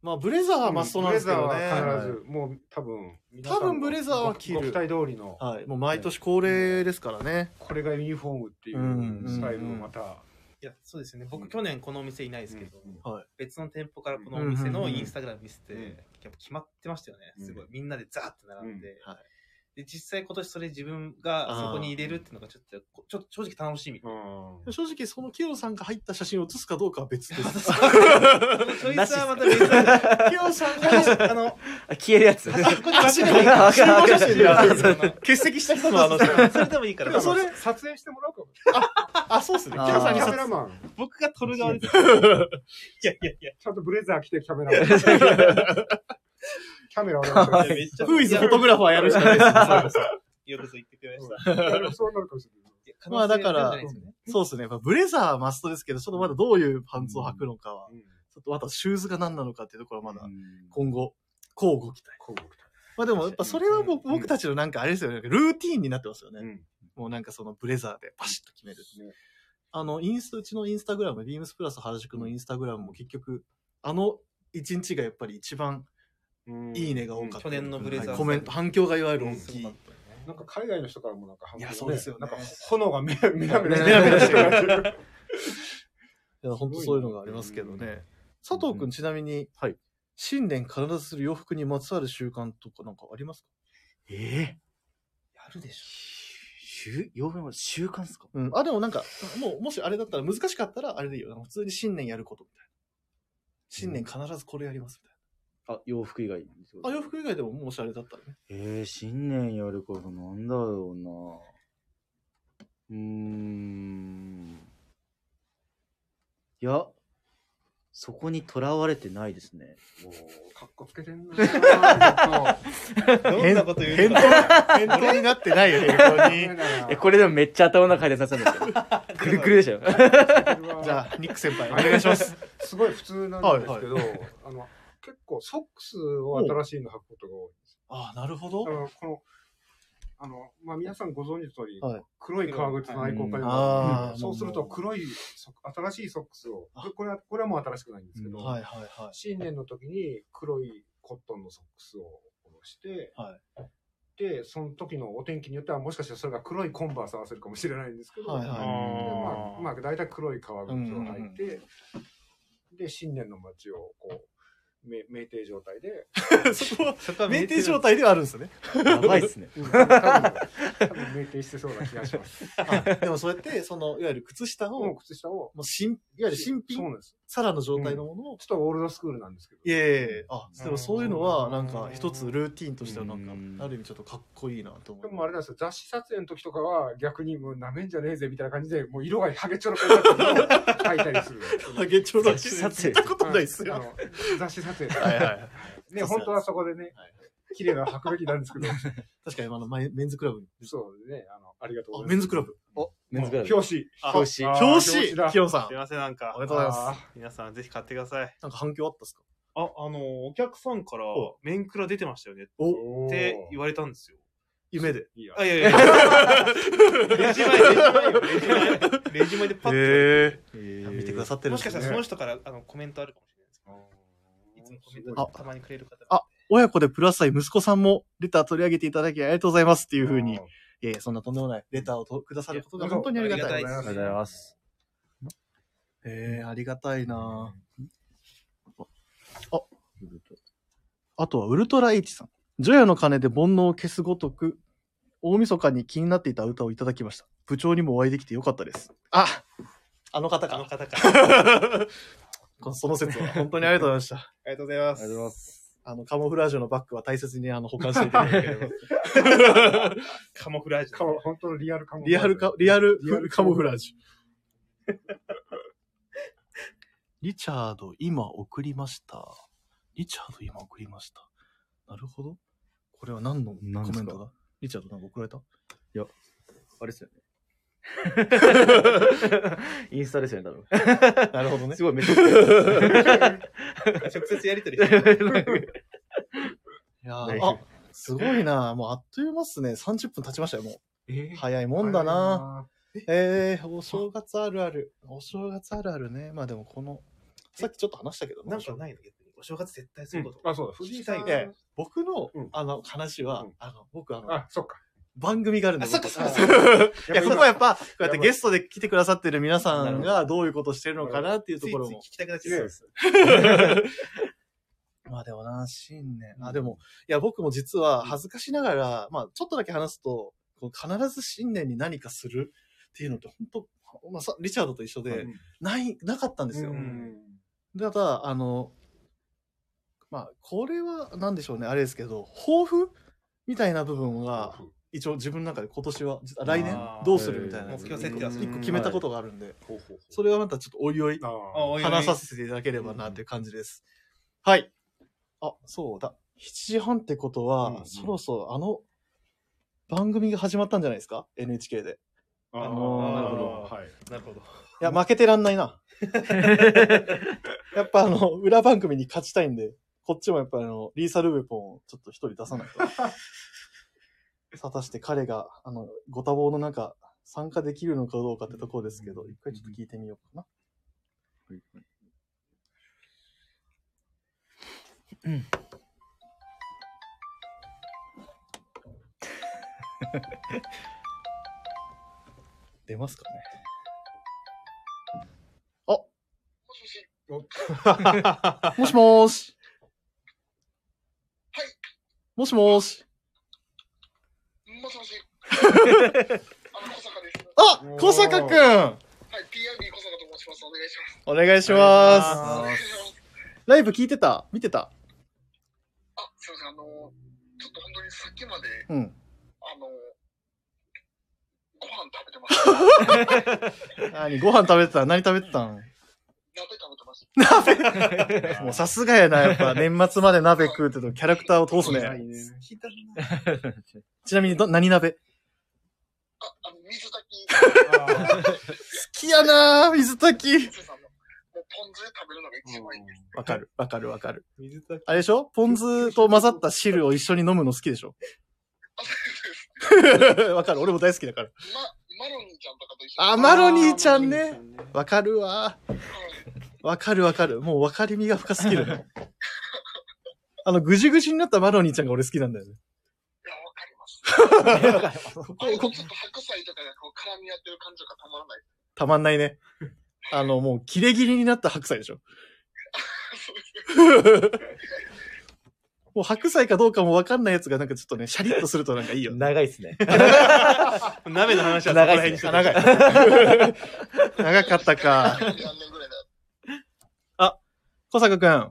まあ、ブレザーはマストなんですけど
ブレザー
ね。
は必ず、もう多分、
多分ブレザーは着る
ご期待通りの、
はい。もう毎年恒例ですからね。
これがユニフォームってい
うん
うスタイルをまた、
いや、そうですよね。僕、去年このお店いないですけど、
うん
はい。
別の店舗からこのお店
うんう
の
んうん
インスタグラム見せて、
うん
やっぱ決まってましたよね。すごい。みんなでザーって並んで。
うんはい
で、実際今年それ自分がそこに入れるっていうのがちょっと、こちょっと正直 楽しみ。
うん
正直、そのケオさんが入った写真を写すかどうかは別です。
チョイスはまた別だ
ケオさんが
あの、
あ消えるやつ。
走る
わか
集
るわ
合写
かる
真で
わかる
欠席した人のあの
それでもいいか
で
ら
も。
それ
撮影してもらうかも。
あ、そうっすね。
あー
ケオさん
キ
に
ャメ
撮
ラマン、
僕が撮る側です。いやいやいや。
ちゃんとブレザー着てキャメラマン。キャメラお願いしま
いやめっちゃ
フーイズフォトグラファーやるしかないですねそれこ
よくぞ言ってくれました。
すうんいやでもそうなるかもしれない。
いや
まあだから
可能性はあるんじゃないですよね
そ。そうっすね。まあブレザーはマストですけど、ちょっとまだどういうパンツを履くのかは、
うん
ちょっとまたシューズが何なのかっていうところはまだ
うん
今後、こうご期待。
こうご期待
まあでもやっぱそれは僕
うん
僕たちのなんかあれですよね、ルーティーンになってますよね。
うん
もうなんかそのブレザーでバシッと決める。
ね
あの、インスタ、うちのインスタグラム、ビームスプラス原宿のインスタグラムも結局、あの一日がやっぱり一番
うん
いいねが多かった。
去年のブレザー
はいコメント、反響がいわゆる大きい。
なんか海外の人からもなんか
い
反響ね
やそうですよね
なんか炎がめめらめら
めらめらして
る。
いや、本当そういうのがありますけどね。佐藤くん、ちなみに、
はい
新年必ずする洋服にまつわる習慣とかなんかありますか
え
やるでしょ。
ー、洋服の習慣っすか
うん。あ、でもなんか、もう、もしあれだったら難しかったら、あれでいいよ。普通に新年やることみたいな。新年必ずこれやりますみ
あ、洋服以外。
たいな。あ、洋服以外でももしあれだったらね。
えー、新年やることなんだろうなうーん。いや、そこにとらわれてないですね。
もう、かっこつけてん なぁ。
どんなこと言うの
返答になってないよね、横に。
え、
え
これでもめっちゃ頭の中で刺さるんですよ。くるくるでしょ。
じゃあ、ニック先輩、お願いします。
あ、すごい普通なんですけど、あの、結構ソックスを新しいの履くことが多いです。
あ、なるほ
だか
ど。
らこの、あの、まあ、皆さんご存知の通り、
はい
黒い革靴の愛好家で
うん
も
あ
あ
ー
るそうすると黒いソック、新しいソックスを、これは、これはもう新しくないんですけど、
はいはいは
新年の時に黒いコットンのソックスを下ろして、
は
で、その時のお天気によっては、もしかしたらそれが黒いコンバース合わせるかもしれないんですけど、
はいはい
でまあ、まあ、大体黒い革靴を履いて、で、新年の街をこう、め酩酊状態で、
い。 そこは、
そこは
酩酊状
態。
態ではあるんですね。
やばいっすね。
多分、多分酩酊してそうな気がします。
あ でもそうやって、その、いわゆる靴下を、
もう
も
靴下を、
う新、いわゆる新
そう
品、
なんです。
さらの状態のものを、
ちょっとオールドスクールなんですけど。
いえいえ、あ、
うん
でもそういうのは、なんか一つルーティンとしては、な
うん
んか、ある意味ちょっとかっこいいなと思う。
でもあれなんですよ、雑誌撮影の時とかは逆にもうなめんじゃねえぜみたいな感じで、もう色がハゲちょろくになってるのを描いたりするん ですよね。
ハゲチョウだし、
撮影
行ったことないっす
あ
よ。
の雑誌撮影。
はいはい。
ね、本当はそこでね
はい、
綺麗なの履くべきなんですけど、
確かに、あの、マイメンズクラブに。
そうね、あの、ありがとうご
あ、
ざいます。
メンズクラブ。
お、メンズクラブ。
表紙。
あ
表紙
あ
表
ー
紙
表紙だ
キヨさん。
すい
なんか
ません、なんか。
ありがとうございます
あ
皆さん、ぜひ買ってください。
反響あったっすか
あ、あのー、お客さんから
お、
メンクラ出てましたよねっ
ー
お、
おー
て言われたんですよ。
夢で。
いいや
あ、いやいやいや。レジ前、レジ前よ、レジ前。レジ前でパッと。
え
え
見てくだ
さ
さってるん
も
で
し
す
か
ね
したらその人からあのコメントあるかもしれないです
あ
け
ー
ど。いつもコメン
す
ト
ごい
たまにくれる方が。
あ親子でプラス歳息子さんもレター取り上げていただきありがとうございますっていうふうに、いえいえそんなとんでもないレターをとくださることが本当にありがたい。
いやありがたいです
ありがとうございます。
ええありがたいなぁあ、あとはウルトラ H さん。除夜の鐘で煩悩を消すごとく、大晦日に気になっていた歌をいただきました。部長にもお会いできてよかったです。ああの方
あの
か。
方から。あり
このその説は本当にありがとうございました。
がとうございます。。
ありがとうございます
あの、カモフラージュのバッグは大切にあの保管していただければ。
カモフラージ
か
ュ。
も本当のリアルカモフ
リ
ラー
ア
ジュ
ル カ、リアル
リアル
カ
カ
モ
モ
フ
フ
ラージュ。 リチャード、今送りました。リチャード、今送りました。なるほど。これは何のコ
何ですか
メントだリチャードなんか送られた
あれですよね。インスタですよ
な
ね、
るほど
多分。
ね
す。ごいめちゃくちゃ。
直接やりとり してる。
いや
ね
ーあ、すごいな。もうあっという間っすね。30分経ちましたよ、もう。
えー
早いもんだな。ええお正月あるある。お正月あるあるね。まあでもこの、さっきちょっと話したけどね
なんかないの逆に。お正月絶対そういうこと。
あ、そうだ、藤井さん。
ええ僕の
うん、
あの、話は、
うん
あの、僕あの、
あ、そっか。
番組があるんで。
あそっか
僕
そっか
いや、そこはやっぱ、こうやってゲストで来てくださってる皆さ
なる
ん
ほ
がどういうことしてるのかなっていう
つ
と
いつい
ころ
聞
も。
きたくなっちゃ
ね
う。
まあでもな、新年。あ、でも、いや、僕も実は恥ずかしながら、まあちょっとだけ話すと、こう必ず新年に何かするっていうのって本当まあさ、リチャードと一緒で、ない、なかったんですよ。
うん
ただ、あの、まあ、これは何でしょうね、あれですけど、抱負みたいな部分が、一応自分の中で今年は、じあ来年
あー
どうするみたいなやつ、
目標設定はする
一個決めたことがあるんで、
ほうほう
それはまたちょっとおいおい
ほう
あおいおい
話させていただければなっていう感じです。はい。あ、そうだ。7時半ってことは、
うんうん
そろそろあの、番組が始まったんじゃないですか ?NHK で。
あーあ
ー
ー、
なるほど
はい。
なるほ ど。
いや、負けてらんないな。やっぱあの、裏番組に勝ちたいんで、こっちもやっぱりあの、リーサルウェポンをちょっと一人出さないと。果たして彼が、あの、ご多忙の中、参加できるのかどうかってところですけど、一回ちょっと聞いてみようかな。出ますかね。
お
もしもーし。
はい
もしもーし。
もしもし。あの、小坂です。
あ
おー
小坂くん
はい、PIB 小坂と申します。お願いします。
お願いします。
あ
あ
ー
ライブ聞いてた見てた
すいません、あの、ちょっと本当にさっきまで、
うん。
あの、ご飯食べてま した。
何ご飯食べてた何食べてたん
鍋食べてました。
もうさすがやな、やっ ぱ。年末まで鍋食うってとキャラクターを通すね。
聞いた
ちなみにど、何鍋好
あ、あの、水炊き、
きやなー水炊き。
水さ んの、もうポン酢で食べるのが一番いいです。
わかる、わかる、わかる。
水炊
あれでしょポン酢と混ざった汁を一緒に飲むの好きでし ょ
あ、そうです。
わかる、俺も大好きだから。
ま、マロニーちゃんとかと一緒
あ、
に。
マロニーちゃんね。わかるわー。
はい
わかるわかる。もう分かりみが深すぎるね。 あの、ぐじぐじになったマロニーちゃんが俺好きなんだよね。
いや、わかります。
こ
あの
こ
ちょっと白菜とかがこう絡み合ってる感じがたまらない。
たまんないね。あの、もうキレ切りになった白菜でしょ。
そうです。
もう白菜かどうかも分かんないやつがなんかちょっとね、シャリッとするとなんかいいよね。
長いっすね。
き。 鍋の話はそこら辺にし
あ
て
長
た。
い。長かった か。
3年ぐらいだ。
小坂くん、
はい、はい。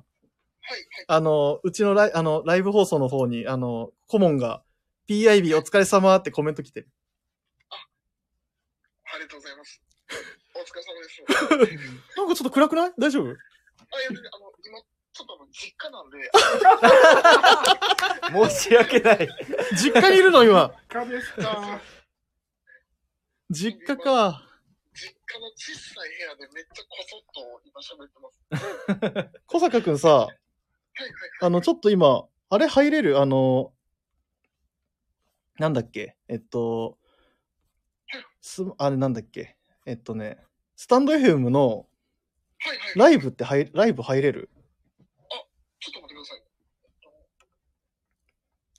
あの、うちのライあのライブ放送の方に、あの、顧問が PIB お疲れ様ってコメント来てる。
ありがとうございます。お疲れ様です。
なんかちょっと暗くない大丈夫
あ、いや、あの、今、ちょっとあの実家なんで、
申し訳ない。
実家にいるの今。
かです か。
実家か。
実家の小さい部屋でめっちゃこそっと今喋ってます。
小坂くんさ、
はいはい
あの、ちょっと今、あれ入れるあの、なんだっけえっと、す、あれなんだっけえっとね、スタンド FM の
はいはい。
ライブって入、ライブ入れる
ちょっと待ってください。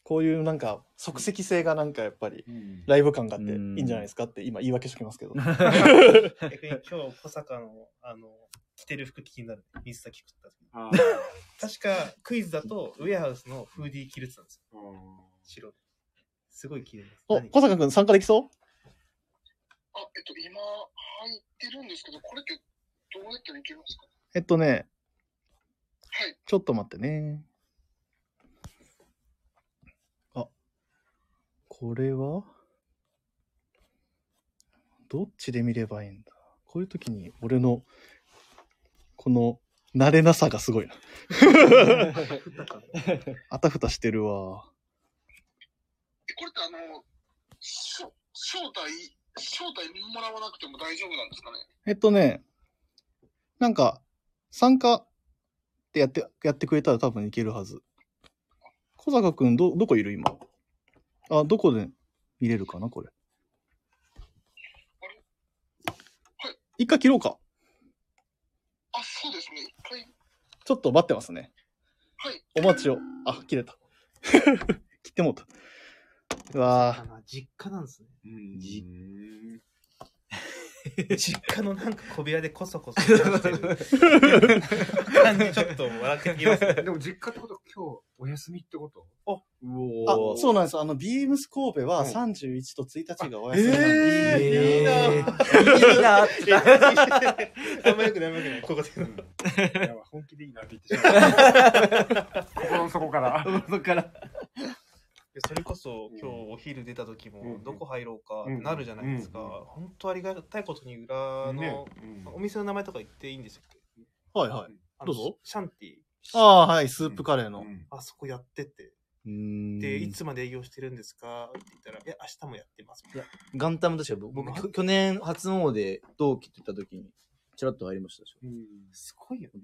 こういうなんか、即席性がなんかやっぱり、
うん
ライブ感があっていい
うん
んじゃないですかって今言い訳しときますけど。
逆に今日、小坂の、あの、着てる服気になる。水炊き食った時。
あ
確か、クイズだと、ウェアハウスのフーディー着るってたんですよ。
ー
白で。すごい綺麗です。
お、
何
小坂くん参加できそう
あ、えっと、今、入ってるんですけど、これってどうやっていけるんですか
えっとね、
はい。
ちょっと待ってね。これはどっちで見ればいいんだこういう時に俺の、この、慣れなさがすごいな。あたふたしてるわ。
えこれってあの、しょ招待、招待もらわなくても大丈夫なんですかね
えっとね、なんか、参加ってやって、やってくれたら多分いけるはず。小坂くん、ど、どこいる今あ、どこで見れるかなこれ。一回切ろうか。
あ、そうですね。一回、
ちょっと待ってますね。
はい。
お待ちを。あ、切れた。 切ってもうた。うわ
あ実家なんですね。
うん
じ
実家のなんか小部屋でこそこそ話してる感じちょっと笑ってきますね。
でも実家ってこと今日お休みってこと
あ、あ
お、
そうなんです。あの、ビームス神戸は
はい
31と1日がお休みなんで。
え
え
ー、
ー、いいなって
いいなぁ。あんまよくない、あんまよ くない。ここで。
いや本気でいいなって言ってしまった。心の底 から。
そっから。
それこそ今日お昼出た時も
うん
どこ入ろうかってなるじゃないですか。
うん
本当ありがたいことに裏の、
ね
お店の名前とか言っていいんですよ。
はいはい。
あ
ど
の
うぞ。
シャンティ。
ああー、はい、スープカレーの。
あそこやってて。
うん
で、いつまで営業してるんですかって言ったら、いや、明日もやってます。
ガンタム確か僕、僕きょ去年初詣同期って言った時に、ちらっと入りましたでしょ。
うん
すごいよね。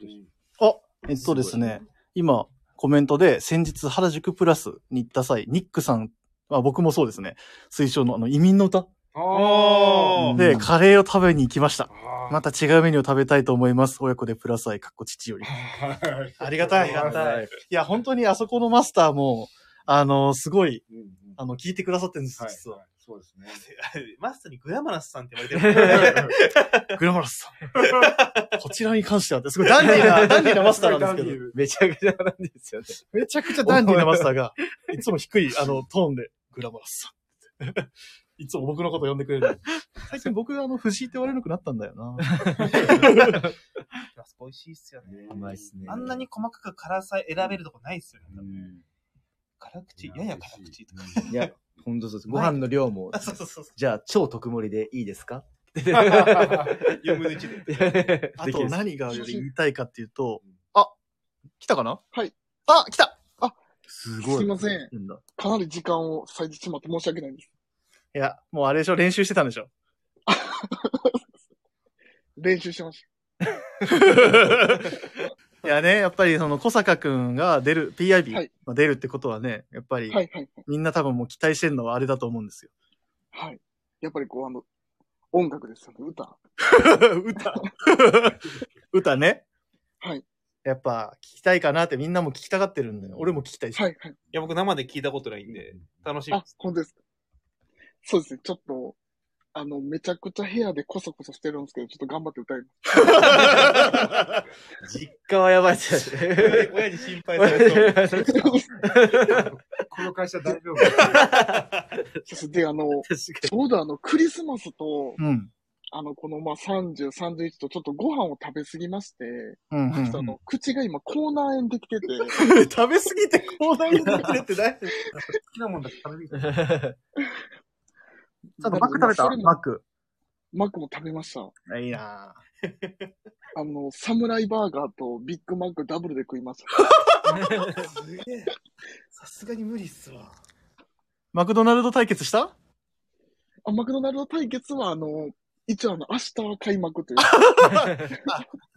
あ、えっとですね、今、コメントで、先日原宿プラスに行った際、ニックさん、あ僕もそうですね、推奨のあの移民の歌
あ
うん
で、カレーを食べに行きました。
あ。
また違うメニューを食べたいと思います。親子でプラス愛、かっこ父より。ありがたい、ありがたい。いや、本当にあそこのマスターも、あの、すごい、
うんうん
あの、聞いてくださってるんです、
はい
実は。
はいそうですね。
マスターにグラマラスさんって言われてる。
グラマラスさん。 こちらに関してはって、すごいダンディー な、ダンディーなマスターなんですけど。
めちゃくちゃなんですよね。
めちゃくちゃダンディーなマスターが、いつも低い、あの、トーンで、グラマラスさん って。いつも僕のこと呼んでくれる。最近僕があの、藤井って言われなくなったんだよ な。
あ そこ美味しいっすよね。
うまいっすね。
あんなに細かく辛さ選べるとこないっすよね。
うん。
辛口、やや辛口とか。
いや、ほんとそうです。ご飯の量も
あ、、そうそうそう。
じゃあ、超特盛りでいいで すか
4分の1で。
あと何がより言いたいかっていうと
うん、
あ、来たかな
はい。
あ、来た
す
すいません。
んだ。
かなり時間を割いてしまって申し訳ないです。
いや、もうあれでしょ、練習してたんでしょ。
練習しました。
いやね、やっぱりその小坂くんが出る、PIB、
はい
まあ出るってことはね、やっぱり
はいはいはい。
みんな多分もう期待してるのはあれだと思うんですよ。
はい。やっぱりこう、あの、音楽ですよね、歌。
歌 歌ね。
はい。
やっぱ聞きたいかなってみんなも聞きたがってるんだよ。俺も聞きたいし。
はいはい。
いや、僕生で聞いたことないんで、楽しみ
あ
です。、
本当ですか。そうですね、ちょっと、あの、めちゃくちゃ部屋でこそこそしてるんですけど、ちょっと頑張って歌います。
実家はやばいっすよね。
親に心配されそう。
この会社大丈夫
そして、で あの、ちょうどあの、クリスマスと、
うん。
あの、この、まあ、30、31と、ちょっとご飯を食べ過ぎまして、
うん、う
ちょっとあ
ん。
の、口が今、口内炎できてて、
食べ過ぎて口内炎できるって大丈
好きなもんだけ食べる
夫マック食べ
な
た
んか今それも
マック。
マックも食べました。
いいなぁ
あの、サムライバーガーとビッグマックダブルで食いました。
すげえ。さすがに無理っすわ。
マクドナルド対決した
あ、マクドナルド対決は、あの、一応あの、明日は開幕という。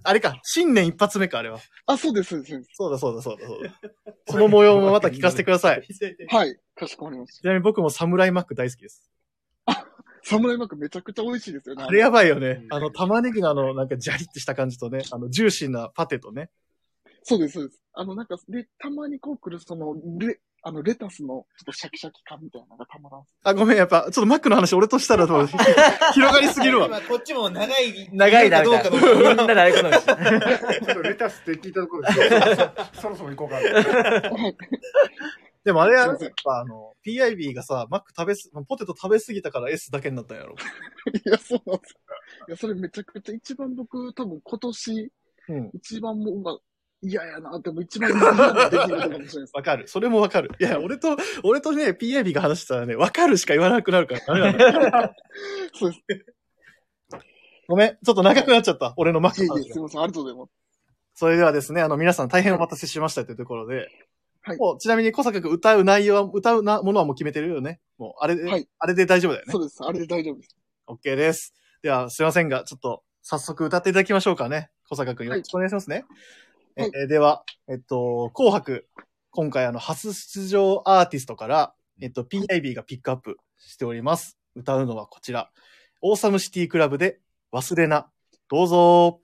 あれか。新年一発目か、あれは。
あ、そうです、そうですそうで
そうだそうだそうだそうだ。 その模様もまた聞かせてください。
す。はい、かしこまりまし
ちなみに僕もサムライマック大好きです。
た。サムライマックめちゃくちゃ美味しいですよね。
あれやばいよね
う。ん
あの、玉ねぎのあの、なんかジャリってした感じとね、あの、ジューシーなパテとね。
そうです、そうです。あの、なんか、で、たまにこう来る、その、レ、あの、レタスの、ちょっとシャキシャキ感みたいなのがたまらん。
あ、ごめん、やっぱ、ちょっとマックの話俺としたら もう広がりすぎるわ。
今こっちも長い。
長いな、み
どう
た
かど
いな。
うか。
みんな 大好物。
ちょっとレタスって聞いたところで、そろそろ行こうかな。
はい。
でもあれは、
すい
やっ
ません
ぱあの、PIB がさ、マック食べす、ポテト食べすぎたから S だけになったんやろ。
いや、そうなんですよ。いや、それめちゃくちゃ一番僕、多分今年、
うん。
一番もう、まあ嫌やな、でも一番嫌なのできることかもしれない です。
わかる。それもわかる。いや、俺と、俺とね、PIB が話したらね、わかるしか言わなくなるからダメ なんだよ
そうです。
ごめん。ちょっと長くなっちゃった。俺のマ
いえ
ッ
いえ、すみません、ありがとうございます。
それではですね、あの、皆さん大変お待たせしましたというところで。
はい
もう、ちなみに小坂君歌う内容は、歌うなものはもう決めてるよね。もう、あれで、
はい
あれで大丈夫だよね
そ。うです、あれで大丈夫です。
OK です。では、すいませんが、ちょっと、早速歌っていただきましょうかね。小坂くん、よ
はい
ろしくお願いしますね。え
はい
えでは、えっと、紅白、今回あの、初出場アーティストから、えっと、PIB がピックアップしております。歌うのはこちら。オーサムシティクラブで、忘れな。どうぞ。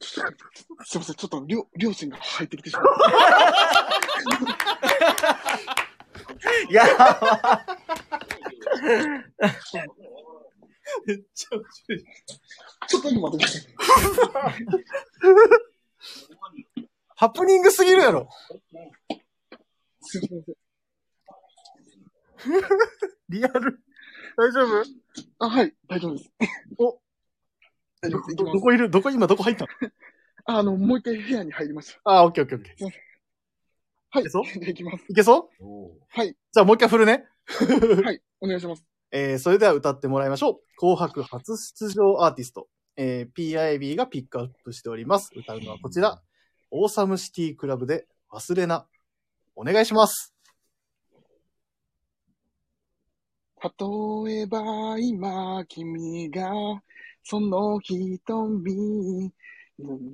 ちょっとすみません、ちょっと両両親が入ってきてしまった。
いや、
めっちゃ面白い。
ちょっと今待ってください。
ハプニングすぎるやろ。
すみません。
リアル。大丈夫
あ、はい、大丈夫です。
お
大丈夫で
ど
す。行き
ど
ます。
こいるどこ今どこ入ったの
あの、もう一回部屋に入りました。
あー、オッケーオッケーオッケー。
はい、
えそう
じゃあ 行きます。
いけそう
はい、
じゃあもう一回振るね。
はい、お願いします。
えーそれでは歌ってもらいましょう。紅白初出場アーティスト、えー PIB がピックアップしております。歌うのはこちら、オーサムシティクラブで忘れな。お願いします。
例えば今君がその瞳濡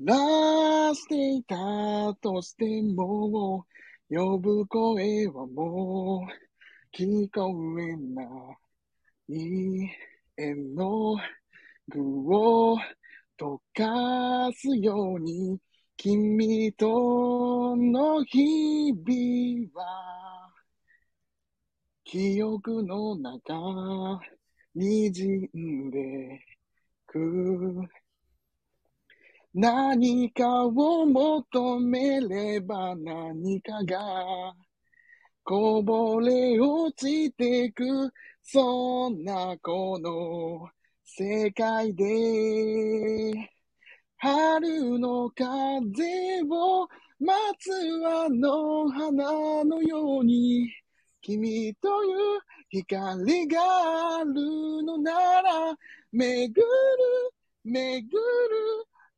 らしていたとしても呼ぶ声はもう聞こえない絵の具を溶かすように君との日々は記憶の中にじんでく何かを求めれば何かがこぼれ落ちてくそんなこの世界で春の風を待つあの花のように君という光があるのなら、巡る、巡る、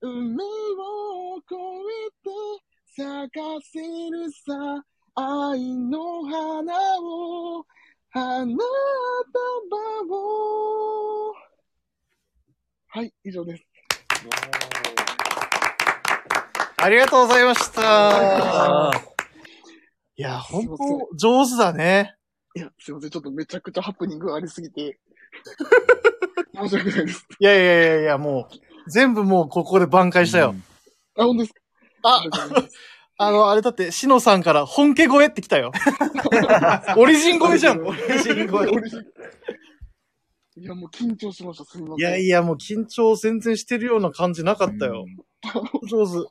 海を越えて咲かせるさ、愛の花を、花束を。はい、以上です。
ありがとうございました
あ。
いや、本当上手だね。
いや、すいません、ちょっとめちゃくちゃハプニングありすぎて。申し訳ないです。
いやいやいやいや、もう、全部もうここで挽回したよ。
あ、本当ですか
あ
申し訳ないです
あの、あれだって、しのさんから本家超えってき たよ。オリジン超え じゃん。
オ
リジン
俺しいや、もう緊張しました。すみません。
いやいや、もう緊張全然してるような感じなかったよ。上手。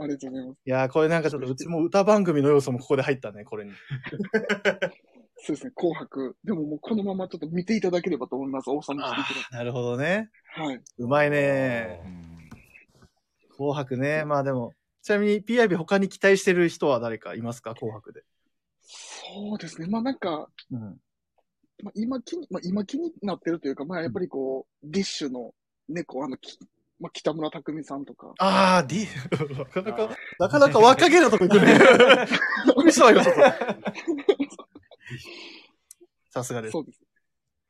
ありがとうございます。
いやー、これなんかちょっとうちも歌番組の要素もここで入ったね、これに。
そうですね、紅白。でももうこのままちょっと見ていただければと思います。王さんの
あ
響き
あ、なるほどね。
で。はい。
うまいね。紅白ね。まあでも、ちなみに PIB 他に期待してる人は誰かいますか紅白で。
そうですね。まあなんか、
うん。
まあ、今気に、まあ今気になってるというか、まあやっぱりこう、ディッシュの猫、あの、きまあ北村匠海さんとか。
ああ、D。な かなか、なかなか若気なとこ行くね。 びっくりしたわ今ちょっと。さすがです。
そうです。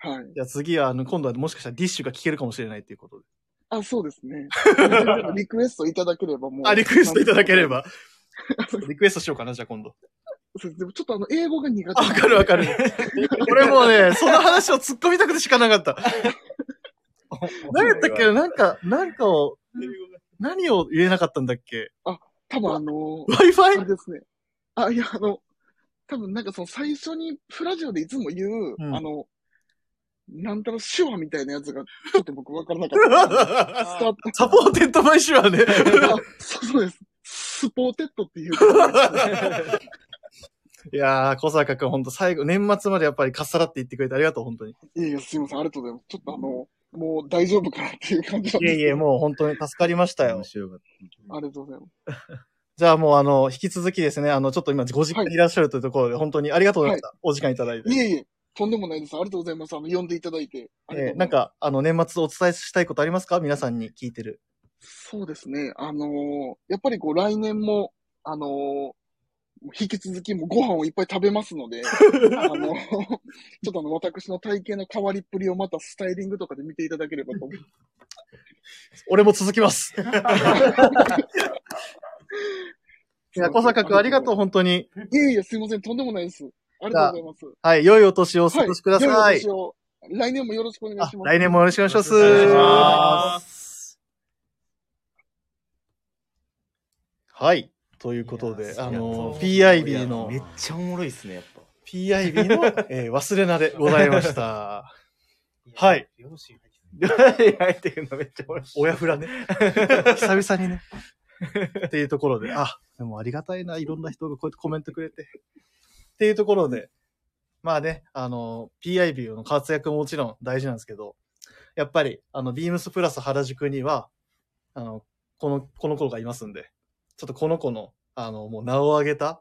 はい。
じゃあ次は、あの、今度はもしかしたらディッシュが聞けるかもしれないっていうことで。
あ、そうです ね。リクエストいただければもう。
あ、リクエストいただけれ。ば。 リクエストしようかな、じゃあ今度。
そうです。でもちょっとあの、英語が苦手
あ
な
わ
んで。
かるわか る。俺もうね、その話を突っ込みたくてしかなかった。何やったっけなんか、なんかを、何を言えなかったんだっけ
多分あの、あ れ
?Wi-Fi?
ですね。あ、いや、あの、多分なんかその最初にフラジオでいつも言う、
うん
あの、なんたら手話みたいなやつが、ちょっと僕わからなかった。 スタート
サポーテッドバイシュアね。
あそうそうです。スポーテッドっていう。
いやー、小坂くんほんと最後、年末までやっぱりかっさらって言ってくれてありがとう、本当に。
いやいや、すいません、ありがとうございます。ちょっとあの、もう大丈夫かなっていう感じなん
い
で
え
す
い
け
え、
ど
もう本当に助かりましたよ
面。白かっ
ありがとうございます。
じゃあもうあの、引き続きですね、あの、ちょっと今ご実家にいらっしゃるというところで、本当にありがとうございました。お時間いただいて。
いえいえ、とんでもないです。ありがとうございます。あの、呼んでいただいて。ありが
えー
とうございます
なん、か、あの、年末お伝えしたいことありますか皆さんに聞いてる。
そうですね。あのーやっぱりこう、来年も、あのー引き続きもうご飯をいっぱい食べます ので、あの、ちょっとあの、私の体型の変わりっぷりをまたスタイリングとかで見ていただければと思います。
俺も続き ます。いや、小坂くんありがとう、
う。
本当に。
いえいえ、すいません。とんでもないです。ありがとうございま
はい、良いお年をお
す。
過ごしください。
はい良いお年を来年もよろしくお願い
あ
します。
来年もよろしくお願いします。
よろしくお
は
願いしま
い。ということ
いや
で、
ー
あ
そう
の、
そう
た。いや
PIB の
め、っちゃおもろいっすね、やっぱ。
PIB の、えー忘れなでございました。はい。
よろしい。
入ってくるのめっちゃおもろい。
親フラ ね。久々にね。 っていうところで、あ、でもありがたいな、いろんな人がこうやってコメントくれて。っていうところで、まあね、あの、PIB の活躍ももちろん大事なんですけど、やっぱり、あの、ビームスプラス原宿には、あの、この、この子がいますんで、ちょっとこの子の、あの、もう名を挙げた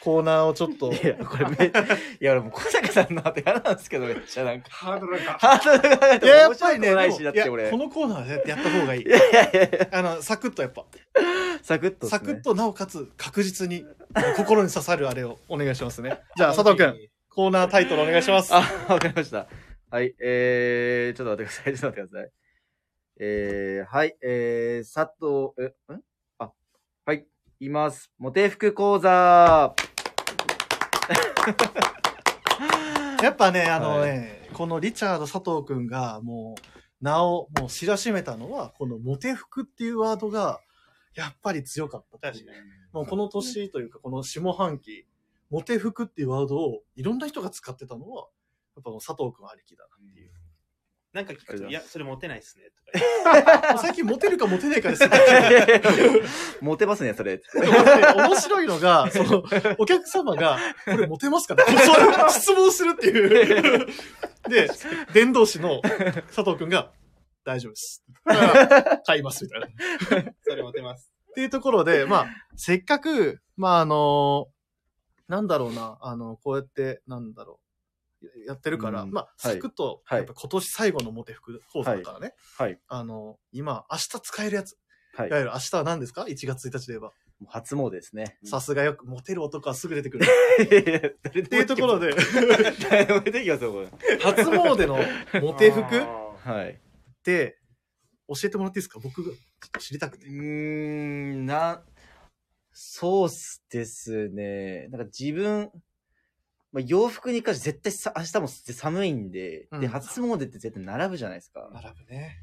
コーナーをちょっと、
いや、これめ、いや、俺もう小坂さんの後嫌なんですけど、めっちゃなんか。
ハードルが。
ハードルが上がっ
い
て
や、や
面
っぱ
白
り
く
ね、
もない
で
し、
も
だっ
いや
て俺。
このコーナーは絶対やった方がいい
い。やいやいや、
あの、サクッとやっぱ。
サクッとっすね。
サクッと、なおかつ確実に、心に刺さるあれをお願いしますね。じゃあ、佐藤くん、コーナータイトルお願いします。
あ、わかりました。はい、えー、ちょっと待ってください、ちょっと待ってください。えー、はい、えー、佐藤、え、んあ、はい、います。モテ服講 座
やっぱね、あの
は
ね、このリチャード佐藤くんが、もう、名をもう知らしめたのは、このモテ服っていうワードが、やっぱり強かった。
確かに。
もうこの年というか、この下半期、モテ服っていうワードをいろんな人が使ってたのは、やっぱもう佐藤くんありきだなっていう。
なんか聞くと、いや、それモテないですね。と
もう最近モテるかモテないかですよ。
モテますね、それ。
でもね面白いのが、その、お客様が、これモテますかって、そう質問するっていう。で、伝道師の佐藤くんが、大丈夫です。買います、みたいな。っ
かそれモテます。
ていうところで、まあ、せっかく、まあ、あの、なんだろうな、あの、こうやって、なんだろう、やってるから、
うん
まあ、サクッと、
はい
やっぱ今年最後のモテ服講座だからね、
はい。
あの、今、明日使えるやつ、
はい
いわ。ゆる明日は何ですか ?1 月1日で言えば。
初詣で すね。
さすがよく、モテる男はすぐ出てくる。
って
っていうところ
で。
で、
誰でも出てきますよ、これ。
初詣のモテ服っ
あ
はい。
て教えてもらっていいですか僕がちょっと知りたく
う
て。
ーん、な、そうっすですね。なんか自分、まあ、洋服に関して絶対さ明日も寒いんで、
うん
で、初詣って絶対並ぶじゃないですか。
並ぶね。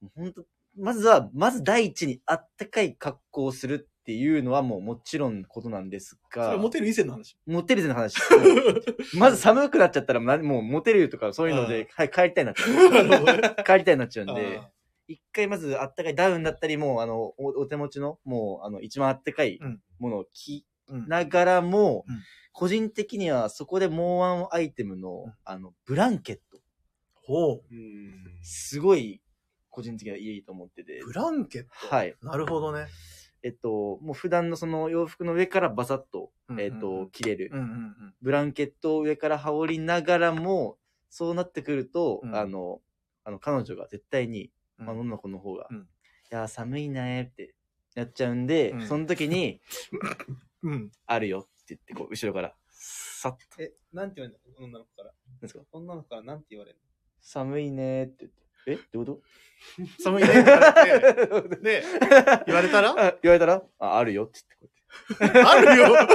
もうほんと、まずは、まず第一にあったかい格好をするっていうのはもうもちろんのことなんです
それ
が、
モテる以前の話。
モテるぜの話。 まず寒くなっちゃったら、なもうモテるとかそういうの
うん
で、はい、帰り たいなっちゃ
なるほどね
う。帰りたいなっちゃうんで
あ、
一回まずあったかいダウンだったり、もうあの、おお手持ちの、もうあの、一番あったかい
うん
ものを着
ーうん
ながらも、
うん
個人的にはそこでもうワンアイテムの、あの、ブランケット。
ほ
うん
すごい、個人的にはいいと思ってて
う。。ブランケット。
はい。
なるほどね。
えっと、もう普段のその洋服の上からバサッと、え
う
っ
んうんう
と
ん、
着れる
う。んうんうん。
ブランケットを上から羽織りながらも、そうなってくると、
うん
あの、あの、彼女が絶対に、
うん
まあ、女の子の方が、
うん
いやー、寒いねーってなっちゃうんで、
うん
その時に、
うん。
あるよって言って、こう、後ろから、さっと、
え、なんて言われるの女の子から。
なんですか
女の子からなんて言われる
寒いねーって言って、えどういうこ
寒いねって言われて。 で、言われた
と
ら
あ言われたら、あ、あるよって言って、こ
あるよ
うやって。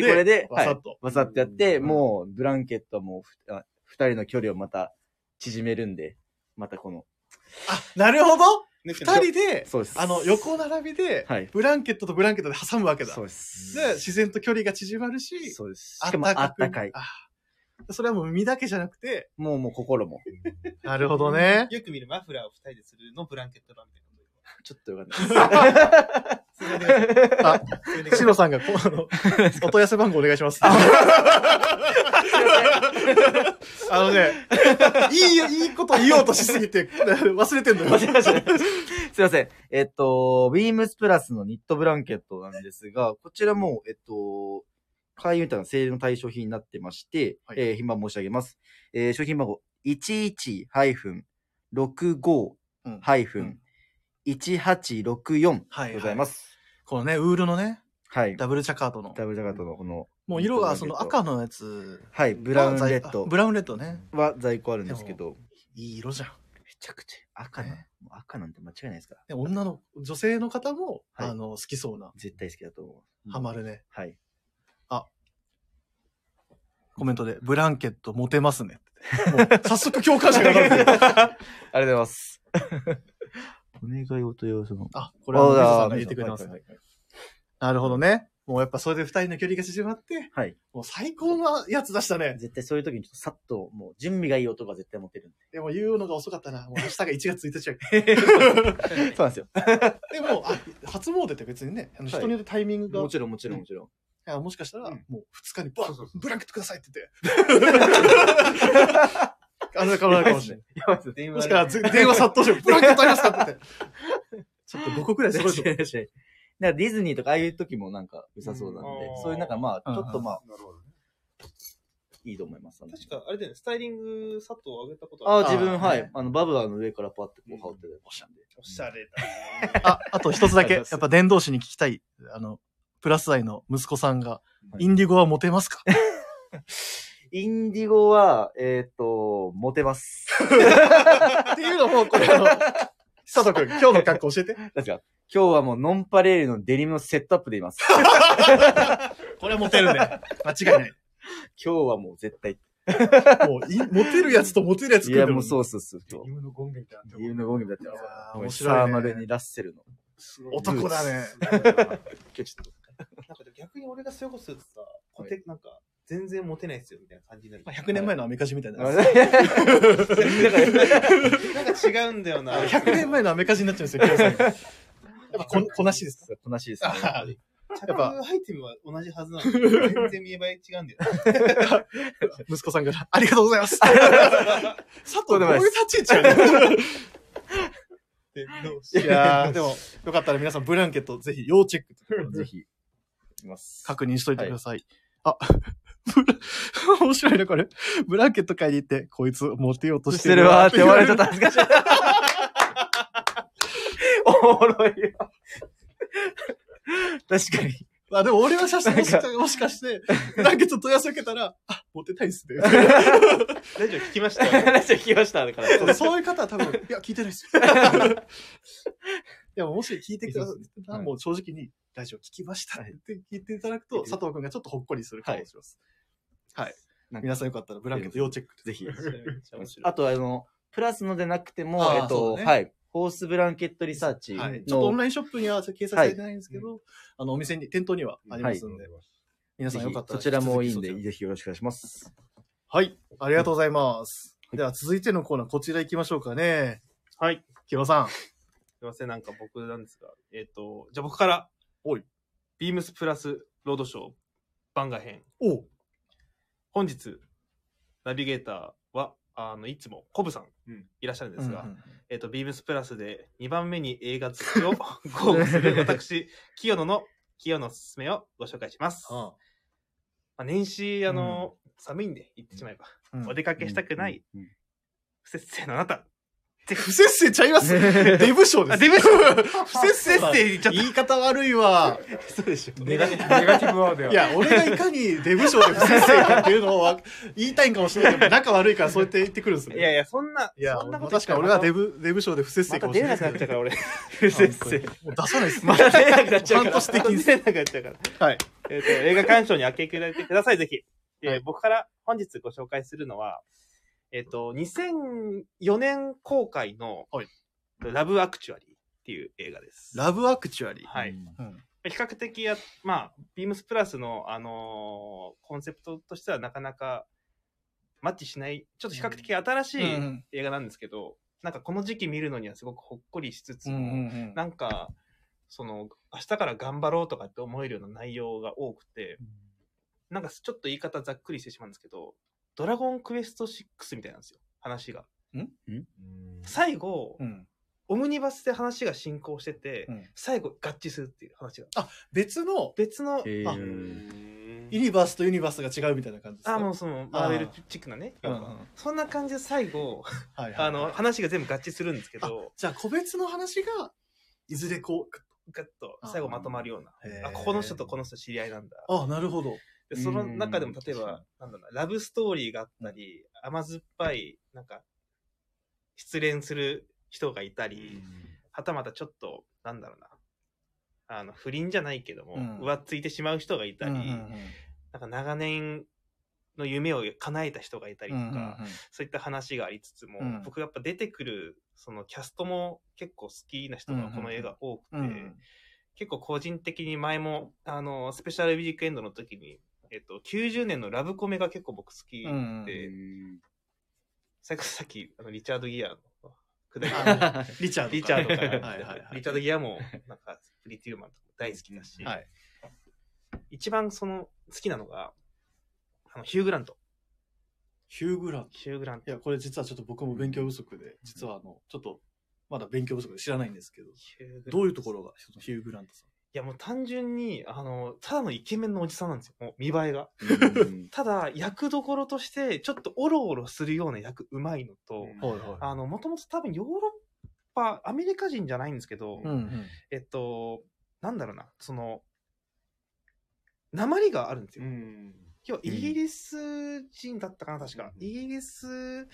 で、
で
これで、
バサ
は
ッ
い
と。
バサッとやって、
うん
もう、ブランケットはもうふあ、二人の距離をまた縮めるんで、またこの、
あ、なるほど
二
二人で、
そうです。
あの、横並びで、
はい。
ブランケットとブランケットで挟むわけだ
そ。うです。
で、自然と距離が縮まるし、
そうです。しかもあったかい。
それはもう身だけじゃなくて、
もうもう心も。
なるほどね。
よく見るマフラーを二人でするのブランケットランみたいな。
ちょっとよかったです。
通にお願いします。シロさんが、こうあの、お問い合わせ番号お願いします。 あのね、いいよ、いいこと言おうとしすぎて、忘れてんのよ。
間違えましたすいません。えっと、ビームスプラスのニットブランケットなんですが、こちらも、えっと、会員たのセールの対象品になってまして、
はい
えー品番申し上げます。えー商品番号11-65-1864
はい
ございます。
このね、ウールのね、
はい。
ダブルチャカートの。
ダブルジャガットのこの、
もう色がその赤のやつ。
はい、ブラウンレッド
あブラウンレッドね。
は在庫あるんですけど、
いい色じゃん。
めちゃくちゃ赤な、
ね
もう赤なんて間違いないですから。
で女の、女性の方も、
はい
あの、好きそうな、
絶対好きだと思う。
ハマるね。
はい。
コメントで、ブランケットモテます ね。もう早速共感者が上がってる。
ありがとうございます。お願いお問い合わせの。
あ、これは、水さ
あだ
んが言ってくれてます
は
ね
い。
なるほどね。もうやっぱそれで二人の距離が縮まって、
はい。
もう最高のやつ出したね。
絶対そういう時にちょっとさっと、もう準備がいい男が絶対持ってるん
でも言うのが遅かったな。もう明日が1月1日やから
で。そうなんですよ。
でも、あ初詣って別にね、あの
はい
人によってタイミングが、
もちろんもちろんもちろん。
あもしかしたら、もう2日にバン、ブランケットくださいって言 って。あの、変わるかもしれない。
やばいっすね。
もしかしたらず電話殺到して、ブランケットありますかって言って。ちょっと5個くらい揃え
確
て
かに確かになんかディズニーとかああいう時もなんか良さそうなんで
うんあ、ー
そういうなんかまあ、ちょっとまあ、
なるほどね。
いいと思います。
確か、あれだよね、スタイリング佐藤あげたこと
あ
あ
あ、
る。
自分、は
はい
い。あの、バブアーの上からパッてこう羽織ってたりもしたんで。
おしゃれだね。
あ、あと一つだけ。
あ
や
りがとうございます
っぱ伝道師に聞きたい。あの、プラス愛の息子さんが、
はい
インディゴはモテますか
インディゴは、えっと、モテ ます。
っていうのも、これあの、佐藤くん、今日の格好教えて。
確か。今日はもうノンパレールのデニムのセットアップでい ます。
これはモテるね。間違いない。
今日はもう絶対。
もうい、モテるやつとモテるやつ
い
来る
や、
んだ。
もうそううそうそう。
自由のゴンゲみたいな。
理由のゴミだった
いや
ら、
ー
も
面
う
白いね
サーマルにラッセルの。
すごい
男だね。
今日ちょっと
なんか逆に俺がそういうことするとさ、コテ、なんか、全然モテないっすよ、みたいな感じになる。
まあ100年前のアメカジみたいな。
あ
100
なんか違うんだよな。
年前のアメカジになっちゃうん ですよ、今日さんがやっぱこ、 こなしです。
こなしいですね。
着アイテムは同じはず なのに、全然見栄え違うん だよ。
息子さんから、ありがとうございます。佐藤、こういう立ち位置やね。
でどうし
いやー、でも、よかったら皆さん、ブランケットぜひ要チェック。
ぜひ、います。
確認しといてください。あ、 ブラ、面白いね、これ。ブランケット買いに行って、こいつモテようとしてるわーって言われちゃった。
恥ずかしい。おもろいわ。確かに。
あ、でも俺は写真もし
な
か
ん
もしかして、ブランケット問い合わせ受けたら、 あ、モテたいっすね。
大丈夫、聞きました。
話を聞きました。だから。
そうそういう方は多 分、いや、聞いてないっす。でも、もし聞いてくださったら、
はい
もう正直に、ラジオ聞きましたって聞いていただくと、佐藤くんがちょっとほっこりするかもしれます。はい。
なんか
皆さんよかったら、ブランケット要チェック。
ぜひ。
面白い
あと、あの、プラスのでなくても
あ、ー
えっ
そ
と、
うだね
はい。ホースブランケットリサーチ
はい。ちょっとオン
の、
ラインショップには掲載されてないんですけど、あの、お店に、店頭にはありますので、皆さ
ぜ
んよ
ひ
かった
そ
ら。
ちらもいいんで、
引き続きそちら
ぜひよろしくお願いします。
はい。ありがとうございます。では、続いてのコーナー、こちら行きましょうかね。
はい。
キロさん。
すいません、なんか僕なんですが。えっ、と、じゃあ僕から。
おい。
ビームスプラスロードショー番外編。
おう
本日、ナビゲーターは、あの、いつもコブさん
うん
いらっしゃるんで
うんう
すが、
ん
えっ、と、ビームスプラスで2番目に映画好きを豪語する私、清野の、清野のすすめをご紹介します。ま
あ
あ、年始、あの、寒いんで行ってしまえば、
あうん
お出かけしたくない、
うん。うん
不節制のあなた。
不節制ちゃいます。デブ賞で
あ、
す。
デブシ不節制
ま
っ
あ
て言っちゃっ
言い方悪いわ。
た。そうでしょ。
ネガティブネガティブワードや。
いや、俺がいかにデブ賞で不節制かっていうのをわ言いたいんかもしれないけど、仲悪いからそうやって言ってくるんですね。
いやいや、そんな、
いや
そんなこと
確かに俺はデ
ブ、
ブ、デブ賞で不節制
ま
か
た
もし
出
れな
ないくなっちゃ うから、俺。
不
不節制。
もう出さないです。
また出なくなっちゃうか
半
ら。
年的に
出なくなっちゃうから。
はい。
えっ、と、映画鑑賞に明け暮れてください、ぜひ。えー
はい
僕から本日ご紹介するのは、えっ、と、2004年公開の、
はい
ラブアクチュアリーっていう映画です。
ラブアクチュアリー。
はい。
うん
比較的や、まあ、ビームスプラスの、あのーコンセプトとしてはなかなかマッチしない、ちょっと比較的新しい
うん
映画なんですけど、なんかこの時期見るのにはすごくほっこりしつつも、
うんうんうん
なんか、その、明日から頑張ろうとかって思えるような内容が多くて、なんかちょっと言い方ざっくりしてしまうんですけど、ドラゴンクエスト6みたいなんですよ、話が。最後、
うん。
オムニバスで話が進行してて、
うん
最後合致するっていう話が。
別の、
別の、
え
あ
ー、
ユニバースとユニバースが違うみたいな感じですか
あ、もうその、マーベルチックなね、
うんうん
要はそんな感じで最後、
はいはいはい
あの、話が全部合致するんですけど、
じゃあ個別の話が、いずれこ
ガッと最後まとまるような。
う、へー
あ、ここの人とこの人知り合いなんだ。
あ、なるほど。
で、その
うん
中でも例えば、なんだろうな、ラブストーリーがあったり、甘酸っぱい、なんか、失恋する人がいたり、はたまたちょっと、なんだろうな、あの、不倫じゃないけども、
うん
浮ついてしまう人がいたり、
うんうんうん
なんか長年の夢を叶えた人がいたりとか、そういった話がありつつも、
うん
僕やっぱ出てくる、そのキャストも結構好きな人がこの映画多くて、
うんうんうんうん
結構個人的に前も、あの、スペシャルウィークエンドの時に、えっと、90年のラブコメが結構僕好きで、
うんうんうん
さっき、さっき、あの、リチャード・ギアのくだり
あのリチャードか。
リチャードから、
はいはいはい。
リチャード・ギアも、なんか、プリティウーマンとか大好きだし、
はい。
一番その、好きなのが、あの、ヒュー・グラント。
ヒュー・グラント。
ヒュー・グラント
い。や、これ実はちょっと僕も勉強不足で、実はあの、ちょっと、まだ勉強不足で知らないんですけど、
ヒューグラント
どういうところが、そのヒュー・グラントさん。
いやもう単純に、あの、ただのイケメンのおじさんなんですよ。もう見栄えが。
うん
ただ、役どころとして、ちょっとオロオロするような役うまいのと、
はいはい
あの、もともと多分ヨーロッパ、アメリカ人じゃないんですけど、
うんうん。
えっと、なんだろうな、その、鉛があるんですよ。今日イギリス人だったかな、確か。
うん
イギリス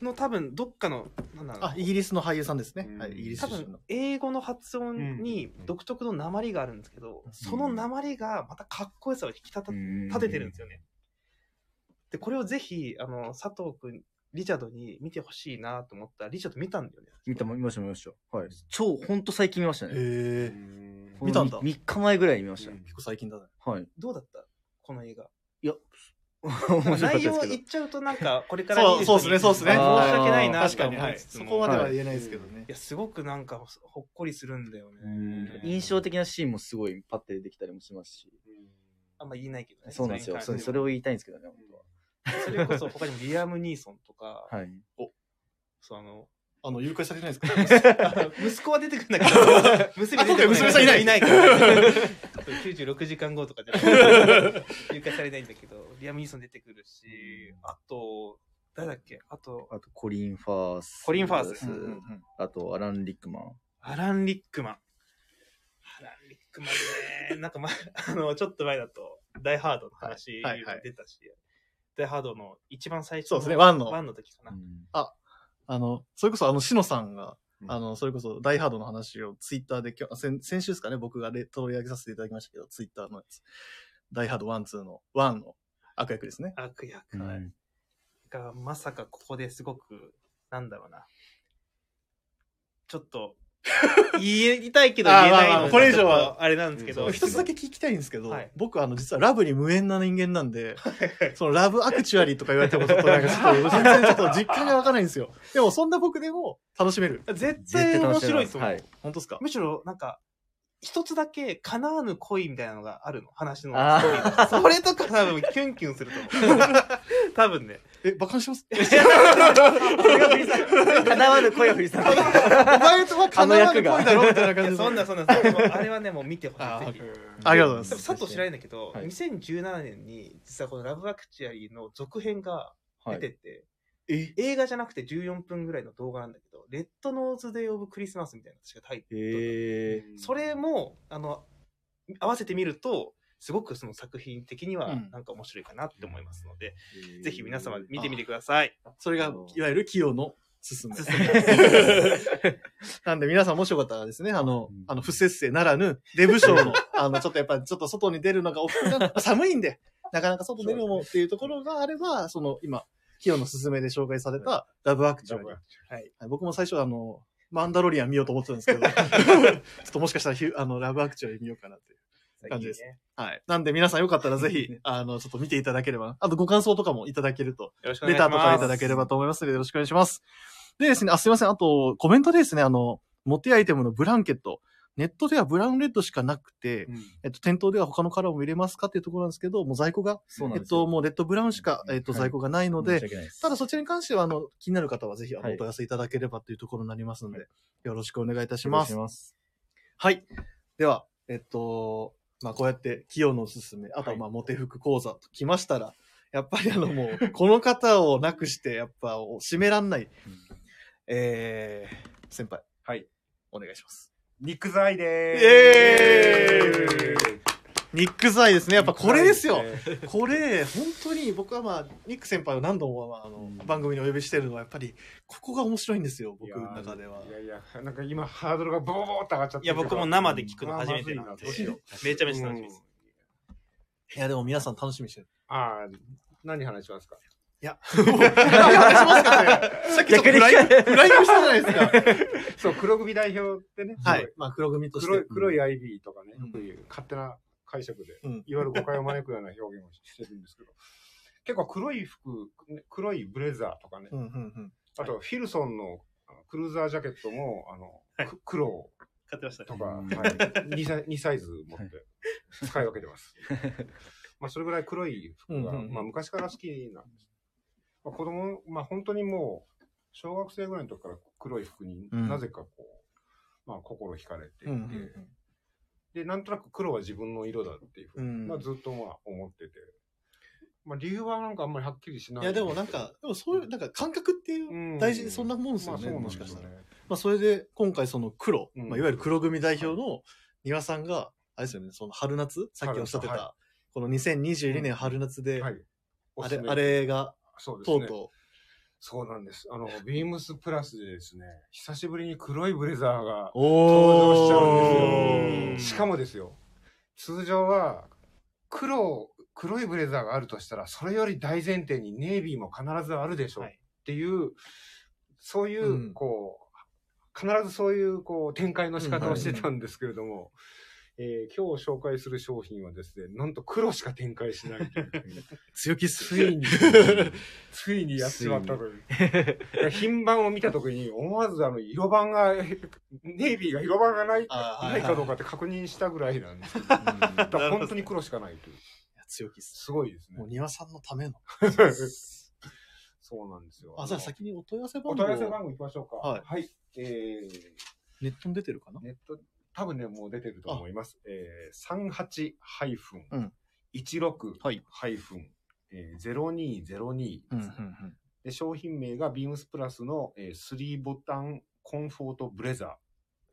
の多分、どっかの、なんだろうな
あ、イギリスの俳優さんですね。
うん
はい、イギリス
多
出身
分
の。
英語の発音に
うん
独特の鉛があるんですけど、
うん
その鉛がまたかっこよさを引き立た 立ててるんですよね。で、これをぜひ、あの、佐藤くん、リチャードに見てほしいなと思ったら、リチャード見たんだよね。
見た、見ました、見ました。はい。超、ほんと最近見ましたね。
へえ。
ん
見たんだ
3, 日前ぐらいに見ました。
結構最近だね。
はい。
どうだったこの映画。
いや、面白かったで
内
す
容
け
言っ。
ど
ちゃうとなんか、これから見る人
そう
に
そうですねそうですね
申し訳ないな
確
と
か
思
に、
い
はい。
つつ
そ
も
こまでは言えないですけどね
い。や、すごくなんか、ほっこりするんだよね。
印象的なシーンもすごいパッて出てきたりもしますし。
あんま言えないけどね。
そうなんですよ。そ
れ
れ
に
そ
関
れを言いたいんですけどね、本
してそれこそ他にもリアム・ニーソンとか、
当は。はい。
そうあの、
あの、誘拐されてないですか
息子は出てくるんだ けど、娘出てこ
あそうか娘さんいない
いないから。96時間後とかで 誘拐されないんだけど、リアム・ニーソン出てくるし、あと、誰だっけあと、
あと、コリン・ファース。
コリンファース
うんうんうん
あと、アラン・リックマン。
アラン・リックマン。アラン・リックマンね。なん か、ま、あの、ちょっと前だと、ダイ・ハードの話
はいはいはい
出たし、ダイ・ハードの一番最初
そうですね、
ワ
ワンの。
ンの時かな。
あの、それこそあの、しのさんが、
うん
あの、それこそ、ダイハードの話をツイッターで今日、先先週ですかね、僕がレ取り上げさせていただきましたけど、ツイッターのやつ。ダイハード1、2の、1の悪役ですね。
悪役
うん
はい
が、まさかここですごく、なんだろうな。ちょっと、言いたいけど言え
あーまあ
ない
まあ
のが
これ以上は
ちょっとあれなんですけど。
うん
一つだけ聞きたいんですけど、
はい
僕あの、実はラブに無縁な人間なんで、そのラブアクチュアリーとか言われてもちょっとなんかちょっと、全然ちょっと実感がわかないんです よ。でも、そんな僕でも楽しめる。
絶
絶対
対面
楽しみ
白
で
い
す
と思う。
はい
本当ですか
むしろ、なんか、一つだけ叶わぬ恋みたいなのがあるの、話の
あー
ストーリーとか。それとか多分キュンキュンすると思う。多分ね。
え、馬鹿にし ます
叶わぬ声を振りさ
お
ん。
前とは叶わぬ恋だろみたいな感じ
いや
で。
そんなそんな、そんなもうあれはね、もう見てほし
あー
い。ぜひ
ありがとうございま
多分
す。
佐藤知らないんだけど、
はい
2017年に、実はこのラブアクチュアリーの続編が
は
出
い
てて、
え
映画じゃなくて14分ぐらいの動画なんだけど、レッドノーズデイオブクリスマスみたいな確かタイトルだった。
へ
それも、あの、合わせてみると、すごくその作品的に
う
は
ん
なんか面白いかなって思いますので、ぜひ皆様見てみてください。
それが、いわゆる清の進む。
進
なんで皆さんもしよかったらですね、あの
うん、
あの、不節制ならぬ、デブ賞の、あの、ちょっとやっぱ、ちょっと外に出るのが億劫な、寒いんで、なかなか外出るのもっていうところがあれば、その、今、清の勧めで紹介された、ラブアクチュアリー。はい僕も最初あの、マンダロリアン見ようと思ってたんです けど、ちょっともしかしたらヒュ、あの、ラブアクチュアリー見ようかなっていう感じです。
ね
はい。なんで皆さんよかったらぜひ、あの、ちょっと見ていただければ、あとご感想とかもいただけると
よろしくお願
レ
いし
タ
ま
ー
す。
とかいただければと思いますので、よろしくお願いします。でですね、あ、すいません。あと、コメントでですね、あの、モテアイテムのブランケット、ネットではブラウンレッドしかなくて、
うん
えっと、店頭では他のカラーも見れますかっていうところなんですけど、もう在庫が、
そうな
え
ん
っ
ですよ。
と、もうレッドブラウンしか、えっと、
はい
在庫がないの
申
で
し、訳ないです
ただそちらに関しては、あの、気になる方はぜひ、あの、
はい
お問い合わせいただければというところになりますので、よろしくお願いいたし
お願
ま
いし
す。
ます。
はい。では、えっと、まあ、こうやって、企業のおすすめ、あとは
はい
まあ、モテ服講座と来ましたら、やっぱりあの、もう、 この方をなくして、やっぱ、締めらんない、えー、先輩、
はい。
お願いします。
肉剤でーす。。
イエニック剤ですね。やっぱこれですよ。これ、本当に僕はまあ、ニック先輩を何度も、まあ、あの、番組にお呼びしてるのは、やっぱり、ここが面白いんですよ、僕の中ではい
やいや、なんか今ハードルがボーボーって上がっちゃって
いや、僕も生で聞くの初めてなんで
どうしよう、
めちゃめちゃ楽しみです。
いや、でも皆さん楽しみにしてる。
ああ、何話しますか
いや、何話しますかねさっきちょっとフライング、フライングしたじゃないですか。
そう、黒組代表ってね、
はい。まあ、黒組とし
黒い
て。
黒いアイビーとかね、
うん
そういう勝手な解釈で、
うん
いわゆる誤解を招くような表現をしてるんですけど、結構黒い服、ね黒いブレザーとかね、
うんうんうん。
あとヒルソンのあのクルーザージャケットも、あの、く黒
買ってました
と
ね。
か、は
う
い、
ん
2, サイ2サイズ持って使い分けて ます。まあ、それぐらい黒い服が、
うんうんうん
まあ、昔から好きなんです。まあ、子供、まあ、本当にもう、小学生ぐらいの時から黒い服に
うん
なぜかこう、まあ、心惹かれていて、
うんうん
で、なんとなく黒は自分の色だっていうふうに、
うん
まあずっとまあ思ってて。まあ理由はなんかあんまりはっきりし
う。
なん
い
い。
や、でもなんか、、でもそういう、なんか感覚っていう、大事、そんなもんですよね、
まあそう
も
なん
し
で
かし
す
た
よ
ら
ね。。
まあ、それで、今回その黒、
うん
まあ、いわゆる黒組代表の庭さんが、あれですよね、その春夏さっきおっしゃって
春夏は
た、この2022
う
年
ん
春夏で、
は
あ
い。おす
れ
す、め
あ、れが、
そうです
と
ね。
うと
そうなんです。あの、ビームスプラスでですね、久しぶりに黒いブレザーが
う、
登場しちゃ
お
うんで
ー
すよ。しかもですよ、通常は、黒、黒いブレザーがあるとしたら、それより大前提にネイビーも必ずあるでしょう
はい
っていう、そういう、
うん
こう、必ずそういう、こう、展開の仕方をしてたんですけれども、えー今日紹介する商品はですね、なんと黒しか展開しないという。
強気っす
ついに、ついにやっちまったという。品番を見たときに、思わずあの、色番が、 ネイビーが色番がない、
あーはい
ないかどうかって確認したぐらいなんですけど、だから本当に黒しかないという。
いや強気っす。
すごいです
もう
ね。
庭さんのための。
そうなんですよ。
あ、じゃあ先にお問い合わせ
お
番号
問い合わせ番号行きましょうか。
はい
え
ネットに出てるかな
ー、ネット、多分ね、もう出てると思います。えー、
うんはい
38-16-0202
うんうんうん。
で、商品名がビームスプラスの、えー、3ボタンコンフォートブレザ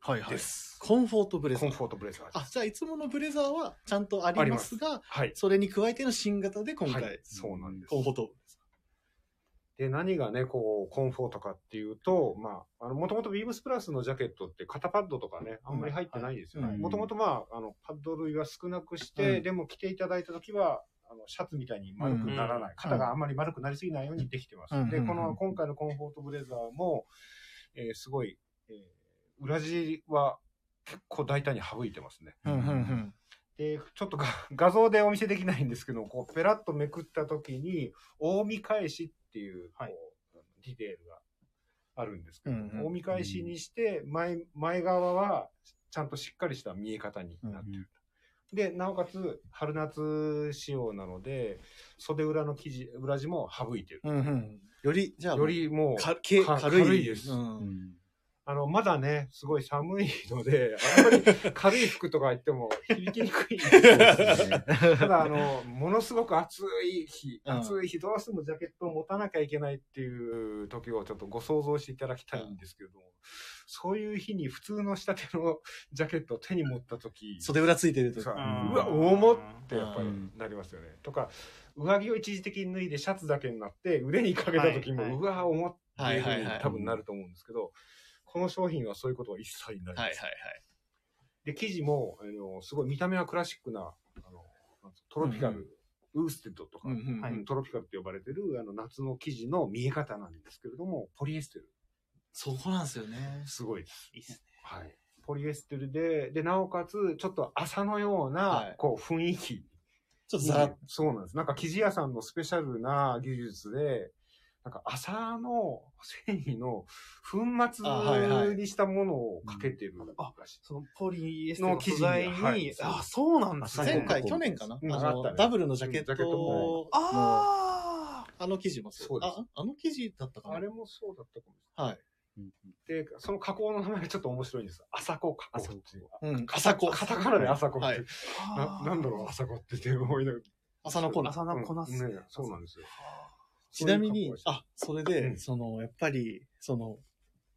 はい
ー
は
で
い。
す。
コンフォートブレザ
コン
ー。
フォートブレザーです。
あ、じゃあいつものブレザーはちゃんとありますが、
はい。
それに加えての新型で今回、
はいそうなんです
コ。ンフォート。
で、何がね、こう、コンフォートかっていうと、まあ、あの、もともとビームスプラスのジャケットって肩パッドとかね、あんまり入ってないんですよ
うんは
ね。
い
もともとまあ、あの、パッド類は少なくして、
うん
でも着ていただいたときは、あの、シャツみたいに丸くならない。肩があんまり丸くなりすぎないようにできてます。
うん
で、こ
う
の、
ん
今回のコンフォートブレザーも、えーすごい、えー裏地は結構大胆に省いてますね。
うんうんうん。
で、ちょっとが 画像でお見せできないんですけど、こう、ペラッとめくった時に、大見返しっていう、こう
はい
ディテールがあるんですけど、
うんうん
大見返しにして、前、前側は、ちゃんとしっかりした見え方になってる。で、なおかつ、春夏仕様なので、袖裏の生地、裏地も省いてる。
うんうん。より、じゃあ、
よりもう、
か軽
か
軽い
軽いです
うん
あの、まだね、すごい寒いので、あんまり軽い服とか言っても響きにくいんですよ。ただ、あの、ものすごく暑い日、
うん
暑い日、どうしてもジャケットを持たなきゃいけないっていう時をちょっとご想像していただきたいんですけれども、そういう日に普通の仕立ての ジャケットを手に持った時、
袖裏ついてると。
さ
うん
うわ、重っってやっぱ
う
り
ん
なりますよね。とか、上着を一時的に脱いでシャツだけになって、腕にかけた時も、
はいはいう
わ、重っって
はい
いうふ
は
う
い
に
はい。
多分なると思うんですけど、この商品はそういうことは一切ないです。
はいはいはい。
で、生地も、あの、すごい見た目はクラシックな、あの、なんつうトロピカル、ウーステッドとか、
うん
は
う
い
ん。
うんトロピカルって呼ばれてる、あの、夏の生地の見え方なんですけれども、ポリエステル、
そこなんですよね。
すごいです。
いいっすね。
はい。ポリエステルで、で、なおかつ、ちょっと朝のような、
はい
こう、雰囲気。
ちょっとざらっ
そうなんです。なんか生地屋さんのスペシャルな技術で、なんか麻の繊維の粉
あはいは
末
い
にしたものをかけてるらしい。
そのポリエステルの
の生地
素
に
材に、
はい
あ、そうなんです
はい
前
ね。
回、去年かな、
うん
あ
あった
の
ね
ダブルのジャケット
うんジャケットも
の
あ
あの記事もそう
そうです
あ。あの記事だったか
あ
な
れもそうだったかもし
はい。
れない。で、その加工の名前がちょっと面白いんです。朝子加工っていう。
うん。朝子。
カタカナで朝子って。
はい
あ。
ななんだろう、朝子ってって思いながら。
朝のコーナー
朝のこなす。
うんねそうなんですよ。
ちなみに
そういう、格好をして
あ、それ
う
で、
ん
その、やっぱり、その、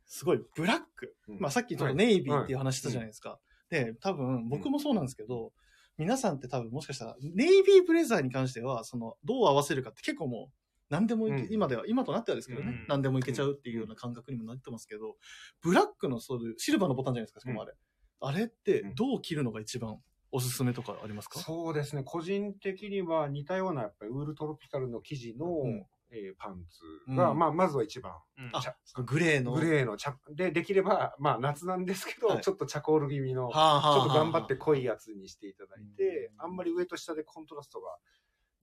すごいブラック。
うん
まあさっきちょっ
は
と
い
ネイビーっていう話したじゃないですか。で、多分、僕もそうなんですけど、皆さんって多分もしかしたら、ネイビーブレザーに関しては、その、どう合わせるかって結構もう、何でもいけ、
うん
今では、今となってはですけどね、
うん
何でもいけちゃうっていうような感覚にもなってますけど、ブラックのそういう、シルバーのボタンじゃないですか、しかもあれ。あれって、どう着るのが一番おすすめとかありますか
そうですね。個人的には似たような、やっぱりウールトロピカルの生地の、
うん
えーパンツが、
うん
まあ、まずは一番。
うん
あ
茶
グレーの。
グレーの茶、で、できれば、まあ、夏なんですけど、
はい
ちょっとチャコール気味の、ちょ
はあはあはあ
っと頑張って濃いやつにしていただいて、
うん
あんまり上と下でコントラスト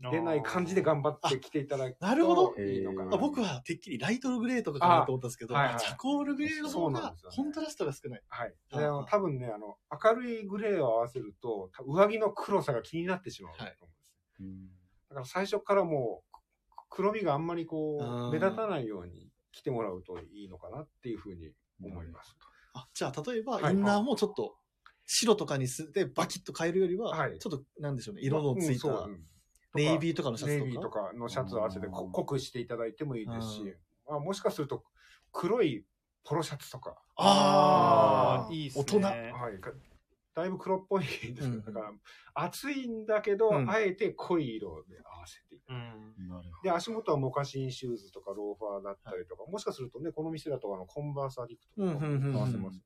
が出ない感じで頑張ってきていただく
あなるほど
といいのかな。
あ僕はてっきりライトルグレーとかかなと思ったんですけど、
あはいはい
あチャコールグレーの方
そうなん
が
ですよね
コントラストが少ない。
はい。
あ
であの多分ね、あの、明るいグレーを合わせると、多分上着の黒さが気になってしまうと思うんです。だから最初からもう、く黒みがあんまりこ
うん
う、目立たないように着てもらうといいのかなっていうふうに思います。
あじゃあ、例えば、
はい
インナーもちょっと白とかにすってバキッと変えるよりは、
はい
ちょっと、なんでしょうね、色のついた、
うんそううん
ネイビーとかのシャ
ネ
ツ
イ
とか。
ビーとかのシャツを合わせて
う
こ
ん
濃くしていただいてもいいですし、まあ、もしかすると黒いポロシャツとか、
あ
あ
あ
ー、いいっす
大
ね。
人。
はい、かだいぶ黒っぽいです
う
ね
ん。
だから、暑いんだけど、
うん
あえて濃い色で合わせていただいて
うん。
で、足元はモカシンシューズとかローファーだったりとか、もしかするとね、この店だとあの、コンバースアディクトとか
うんうんうんうん
も合わせます。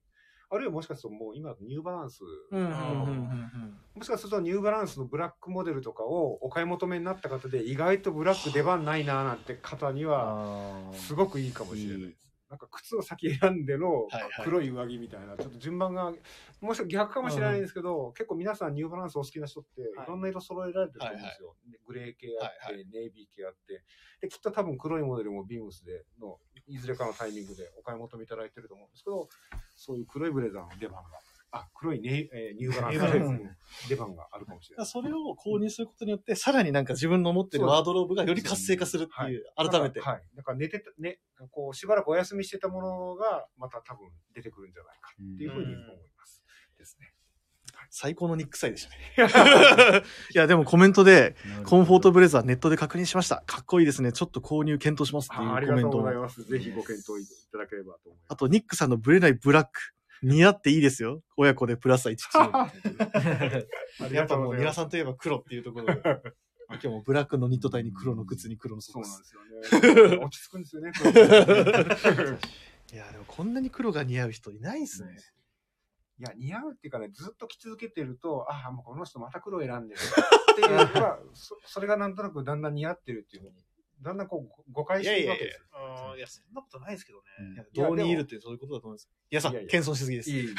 あるいはもしかするともう今ニューバランス、
うんうんうん
あ
うん
ー
うん
もしかするとニューバランスのブラックモデルとかをお買い求めになった方で意外とブラック出番ないなーなんて方にはすごくいいかもしれないです。なんか靴を先選んでの
はいはい
黒い上着みたいな、ちょっと順番が、もしくは逆かもしれないんですけど、結構皆さんニューバランスお好きな人ってい
はい
ろんな色揃えられてると思うんですよ。でグレー系あって、
はい
ネイビー系あって。で、きっと多分黒いモデルもビームスでの、いずれかのタイミングでお買い求めいただいてると思うんですけど、そういう黒いブレザーの出番が、あ、黒いネイ、えーニューバランスの出番があるかもしれ
だか
な
ら
い。
それを購入することによって、さらになんか自分の持ってるワードローブがより活性化するっていう、改めて。
はい。だから寝てた、ね、こう、しばらくお休みしてたものが、また多分出てくるんじゃないかっていうふうに思います。ですね。
最高のニックサイでしたね。 いや、でもコメントで、コンフォートブレザーネットで確認しました。かっこいいですね。ちょっと購入検討しますってい
ああり
うコ
が
メ
と
ン
う
ト
ご
も
ざい。ます。ぜひご検討いただければと思い
あと、ニックさんのブレないブラック。似合っていいですよ。親子でプラス1チ ーム。
ます。あり
や
が
っぱ
とう
も
ご
う、
ざい
皆
ます。
さんといえば黒っていうところ で。今日もブラックのニット体に黒の靴に黒の
そ
ソ
う
ックス
なんで。すよね。落ち着くんですよね。こ れ
いや、でもこんなに黒が似合う人いないですね。
いや、似合うっていうかね、ずっと着続けてると、ああ、もうこの人また黒選んでるっていうの が、そそれがなんとなくだんだん似合ってるっていうふうに、だんだんこう誤解していくわけですよ。
あーいや、そんなことないですけどね。
いやどうにいるってそういうことだと思います。いやさん、
いやいや
謙遜しすぎです。
いい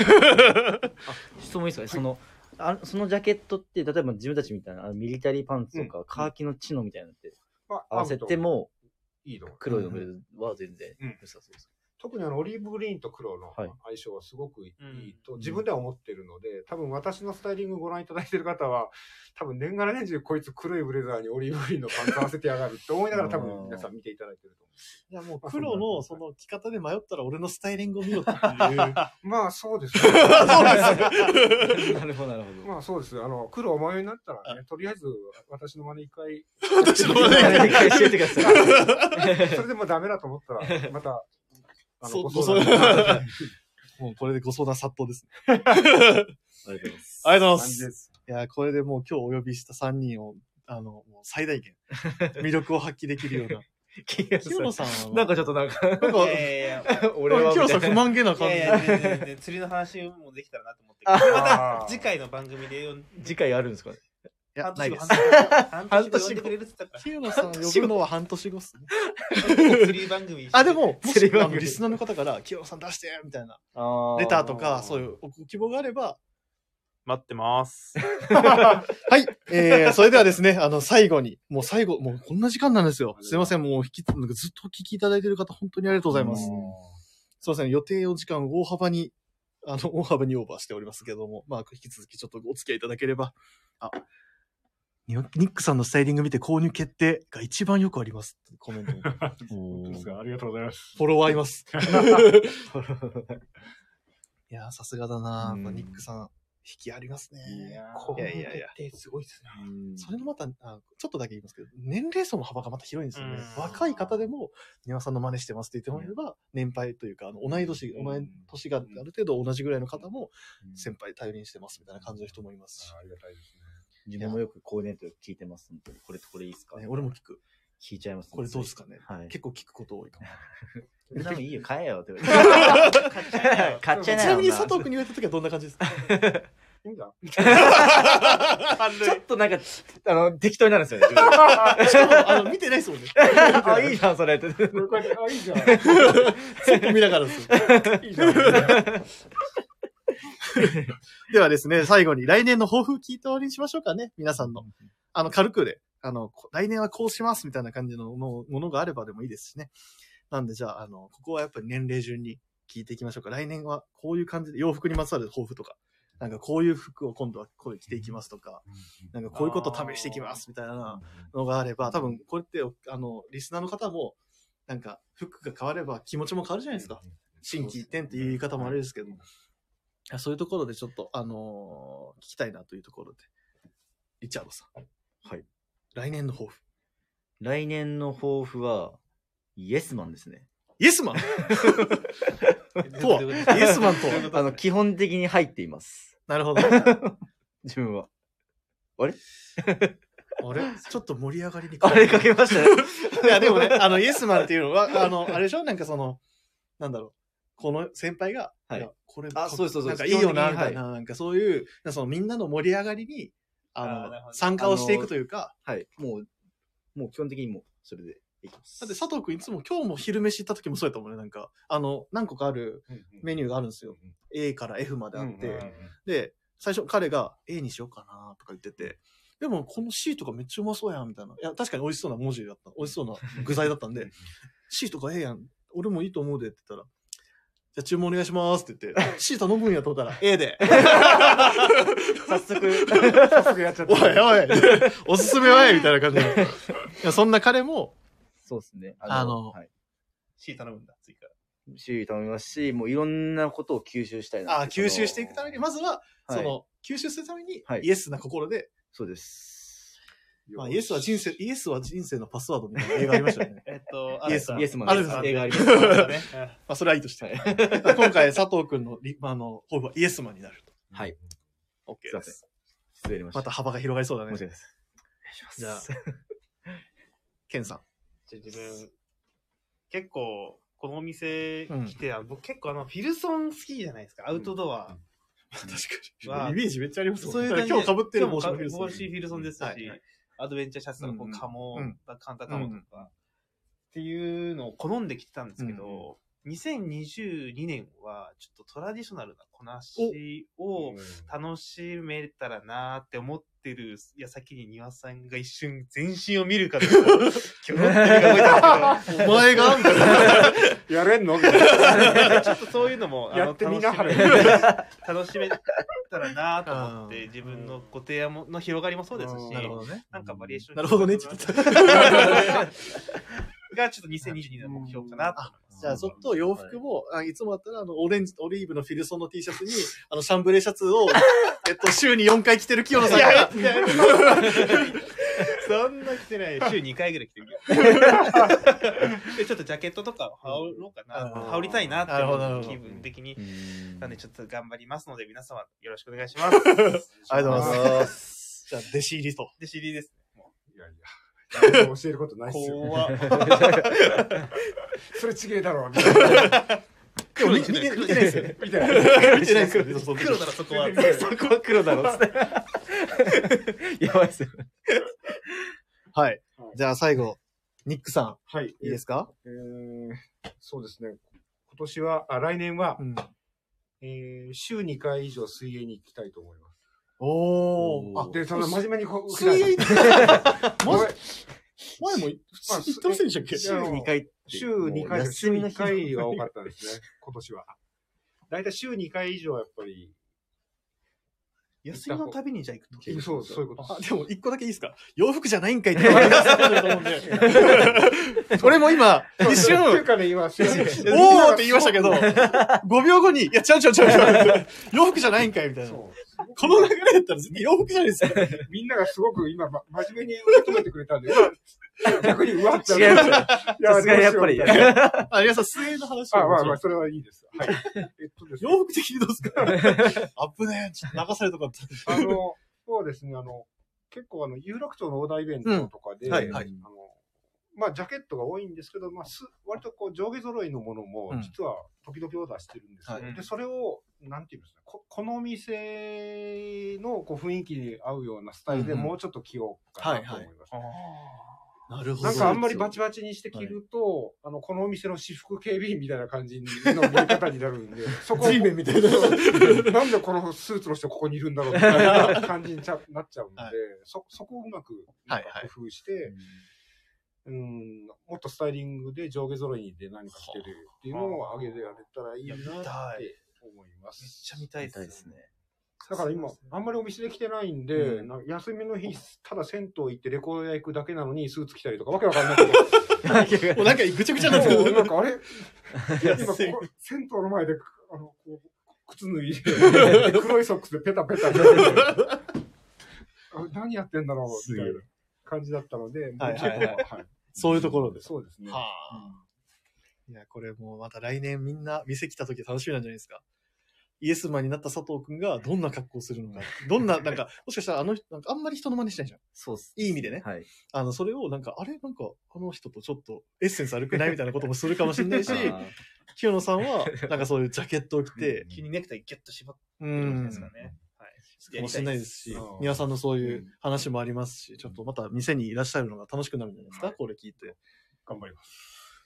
質問いいですか、そのあそのジャケットって例えば自分たちみたいなあのミリタリーパンツとか、カーキのチノみたいなのって
まあ
合わせて、も
いいと思う
黒いのは全然良さそうです、
特にあのオリーブグリーンと黒の
はい
相性はすごくいいと
ん
自分では思ってるので、多分私のスタイリングご覧いただいてる方は、多分年がら年中こいつ黒いブレザーにオリーブグリーンのパンツ合わせてやがるって思いながら多分皆さん見ていただいてると思
いや、もう黒のその着方で迷ったら俺のスタイリングを見ろ っていう。そう
う。まあそう です、
なんですよ。
なるほどなるほど、
まあそうです。あの、黒お迷いになったらね、とりあえず私の真似一回、
私の話
一回教えてください
それでもダメだと思ったら、また、あ
そう
の、ご相談。
もうこれでご相談殺到ですね。
ありがとうございます
ありがとうご ざいま
感じ
す
で。す。
いや、これでもう今日お呼びした3人を、あの、もう最大 限、魅力を発揮できるよ うな。清野さんは、
なんかちょっとなんか、
なんか
いやいやいや
俺はみ
清野
た
さ
い
ん
な
不満げな感
い
じ。
やいや全然全然釣りの話もできたらなと思ってるけどま た次回の番組で呼ん
次回あるんですかね
いや
半
ない
年
で
後
す。
半年後呼んでくれるって言ったか
清野さん呼ぶのは半年後っすね。
ら釣り番組
あ、でも、も
テレ
し
ビ番
あ
組
のリスナーの方から、清野さん出してみたいな、
あ
レターとか、
う
そういうご希望があれば、
待ってます。
はい。えー、それではですね、あの、最後に、もう最後、もうこんな時間なんですよ。すいません、もう引き、なんかずっとお聞きいただいてる方、本当にありがとうございます。すいません、予定の時間を大幅に、あの、 大幅にオーバーしておりますけども、まあ、引き続きちょっとお付き合いいただければ、あ、ニョニックさんのスタイリング見て購入決定が一番よくあります。コメントも。
本当ですかありがとうございます。
フォロワーいます。 いやー、さすがだな、やっぱニックさん、引きありますね。
いや
こ
いやいやいや。
決定すごいですね。
それもまたあ、ちょっとだけ言いますけど、年齢層の幅がまた広いんですよね。
うん
若い方でも、丹羽さんの真似してますって言ってもらえれば、年配というか、あの同い年、
うん
同い年がある程度同じぐらいの方も、
うん
先輩頼りにしてますみたいな感じの人もいますし
あ。ありがたいですね。
自分もよくコーディネート聞いてます。本当にこれとこれいいですか、
ね、俺も聞く。
聞いちゃいます、
これどうですかね
はい。
結構聞くこと多いかも。
そんなのいいよ、買え よって言われて。買っちゃい
ち
なよ。
なみに佐
そんな
藤君に言われた時はどんな感じです か
いいん だ。
ちょっとなんか、あの、適当になるんですよね。
しかも、あの、見てないですもんね。
あ、いいじゃん、それって。
これこうやってあ、いい じゃん。
そこ見ながらです。
いいじゃん。
ではですね、最後に来年の抱負聞いて終わりにしましょうかね。皆さんの。あの、軽くで、あの、こ来年はこうしますみたいな感じのものものがあればでもいいですしね。なんで、じゃあ、あの、ここはやっぱり年齢順に聞いていきましょうか。来年はこういう感じで、洋服にまつわる抱負とか、なんかこういう服を今度はこういう着ていきますとか、なんかこういうことを試していきますみたいなのがあれば、多分これって、あの、リスナーの方も、なんか服が変われば気持ちも変わるじゃないですか。新規一点っていう言い方もあれですけども、そういうところでちょっと、あのー聞きたいなというところで、リチャードさん。
はい。
来年の抱負。
来年の抱負は、イエスマンですね。
イエスマンとはイエスマンとは
あの、基本的に入っています。
なるほど。
自分は。
あれちょっと盛り上がりに
あれかけましたね。
いや、でもね、あの、イエスマンっていうのは、あの、あれでしょなんかその、なんだろう。この先輩が、
はい
やこれ、
あそうですそうです
なんかいいよな、
基本
み
的に
たいな、なんかそういう、そのみんなの盛り上がりに、
あーな
あ
るほ
の、
ど
参加をしていくというか、
はい。もう、もう基本的にもう、それでいきます。
だって佐藤くんいつも今日も昼飯行った時もそうやったもんね。なんか、あの、何個かあるメニューがあるんですよ。A から F まであって。
うんうん
で、最初彼が A にしようかなとか言ってて。でもこの C とかめっちゃうまそうやんみたいな。いや、確かに美味しそうな文字だった。美味しそうな具材だったんで、C とか A やん。俺もいいと思うでって言ったら、じゃあ注文お願いしますって言って、C 頼むんやと思ったら A で。
早速。
早速やっちゃっ
おい
た。
おい、おすすめはえみたいな感じで。いや、そんな彼も、
そうですね。
あの
はい。
C 頼むんだ、次から。
周囲頼みますし、もういろんなことを吸収したいな。
あー吸収していくために、まずは、
はい
その、吸収するために
は、い
イエスな心で
そうです。
まあ、イエスは人生、イエスは人生のパスワードみたいな映画ありましたよね。
えっと、
イエスマン。イエスマ
あ
ン
る
で
ん
す
です。
映画あり
あ
ます。
そうだねうん
まあ、それはいいとして。 今回、佐藤くんのリ、あの、抱負はイエスマンになると。
はい。
OK
すいま
で
せん
す。
失礼しました。
また幅が広がりそうだね
申し。訳ないで
じ
す。
ゃあ、ケンさん。
じゃあ自分、結構、このお店来て、あ僕結構あの、フィルソン好きじゃないですか、アウトドア。
確
まあ
イメージめっちゃありますもん
そういう感じ
今
で
日被ってる
今
帽
日
子の
も
フィルソ
帽
ン
子フィルソンですし、
はいはい
アドベンチャーシャツとか、こ
うんうん
う、カモ、
うん
カンタカモとか、っていうのを好んできてたんですけど、2022年は、ちょっとトラディショナルなこなしを楽しめたらなーって思ってる矢先に庭さんが一瞬全身を見るかで、キョロって目が動いたんですけど、
お前がみたいな
やれんのみたい な
ちょっとそういうのも、あの
やってみなはれ。
楽しめ楽しめたらなと思って、自分のご提案もの広がりもそうですし、
うん
なるほどね。
なんかバリエーション。
なるほどね。ち ょっと。
が、ちょっと2022年の目標かなと思います。
じゃあ、ちょっと洋服も、あいつもだったら、あの、オレンジ、オリーブのフィルソンの T シャツに、あの、シャンブレーシャツを、えっと、週に4回着てる清野さんが、
そんな来てない。週2回ぐらい来てるよ。 で、ちょっとジャケットとかを羽織ろうかな。
うん
羽織りたいなって
なるほどなる
思
ほ
う
ど
気分的に。
な。
なんで、ちょっと頑張りますので、皆様よろしくお願いします。
ありがとうございますじゃあ、弟子入りと。
で、CD です。
いやいや。何も教える ことないっすよ。
怖っ。
それちげえだろ、みたい な。
でも見てない見てないですよね。
みたいな。
見てないですよね。その時
黒ならそこは。
そこは黒だろ、つって。やばいっすよ。
はい。じゃあ最後、ニックさ
はい。
ん、いいですか
えーそうですね。今年は、あ、来年は、
ん。
えー週2回以上水泳に行きたいと思います。
お
お
ー。
ー
あ、
で、その真面目にこう、
水泳行ってた。
ごめん
マジ前も行
まあ
ってませんでしたっけ
い
週
や
2回って。
週2回
もう
週
休みの
1
日の
回が多かったです ね、今年は。だいたい週2回以上やっぱり、
休みのたびにじゃあ行くと。
そう、そういうこと
あ、でも一個だけいいですか洋服じゃないんかいって話だったと思うんで。俺も今、 一
っていう
瞬、
かね、今、お
おーって言いましたけど、5秒後に、いや、ちゃうちゃうちゃうちゃうって。洋服じゃないんかいみたいな。
そう
この流れだったら絶対洋服じゃないですか。
みんながすごく今、ま真面目に受け止めてくれたんで、うわ逆にうわってなる。
違
い
う
や
さすがにやっぱり
どうしようみたいな
あ、皆さん、水泳の話を
あ、まあまあ、それはいいです。はい。えっとですね
洋服的 にどうですかあぶねえ。ちょっと流されたかった。
あの、そうですね、あの、結構あの、有楽町のオーダーイベントとかで、
うんはいはい
あの、まあ、ジャケットが多いんですけど、まあ、す、割とこう、上下揃いのものも
う、ん
実は時々オーダーしてるんですよ。
はい
で、それを、なんていうんですか、ここのお店のこう雰囲気に合うようなスタイルで
うんうん
もうちょっと着ようかなと思います。
あ
なるほ
なんかあんまりバチバチにして着ると、あの、このお店の私服警備員みたいな感じの見え方になる んで、そこを
G メンみたいな
そうなんでこのスーツの人ここにいるんだろうみたいな感じにちゃなっちゃうんで、
はい
そ、そこをうまく
は
ないん
はい
か工夫して、うん、もっとスタイリングで上下揃いで何か着てるっていうのを上げてやれたらいいなって思いま
めっ
す。
ちゃ見たい
痛
で
い
すね。
ですね。
だから今、あんまりお店で着てないんで、
う
な休みの日、ただ銭湯行ってレコード屋行くだけなのにスーツ着たりとかわけわかんないこと
もうなんかぐちゃぐちゃになって
もう
る
なんか あれ今ここ銭湯の前で、あの、こう、靴脱いで、 黒いソックスでペタペタあ何やってんだろうみたいな感じだったので、
はいはいはい
もう結構
そういうところです。
そうですね。
はあ。いや、これもうまた来年みんな店来た時楽しみなんじゃないですか。イエスマンになった佐藤くんがどんな格好するのか。ど んな、なんか、もしかしたらあの人、なんかあんまり人の真似しないじゃん。
そうっす。
いい意味でね。
はい。
あの、それをなんか、あれなんか、あの人とちょっとエッセンス悪くないみたいなこともするかもしれないし
あ、ー
清野さんは、なんかそういうジャケットを着て、
気にネクタイギュッと絞っ
う
てるん
ん
です、からね。はい。
かもしれないですし
うん、
庭さんのそういう話もありますし、ちょっとまた店にいらっしゃるのが楽しくなるんじゃないですか、これ聞いて。
頑張ります。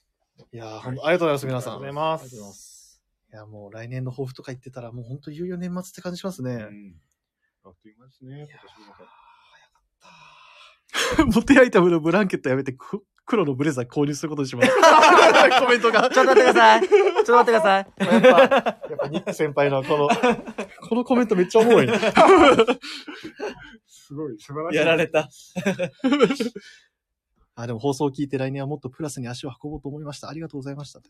いやー、ほんとありがとうございます、皆さん。
ありがと
あ
うございます
りがとうございますいや、もう来年の抱負とか言ってたら、もう本当いよいよ年末って感じしますね
う。んあっという間ですね、今年も。
モテアイテムのブランケットやめて、く黒のブレザー購入することにします。コメントが。
ちょっと待ってください。ちょっと待ってください。
やっぱ、やっぱニック 先輩のこの、 このコメントめっちゃおもろいな。
すごい、素晴らし い。
やられた。 あ、でも放送を聞いて来年はもっとプラスに足を運ぼうと思いました。ありがとうございました。あ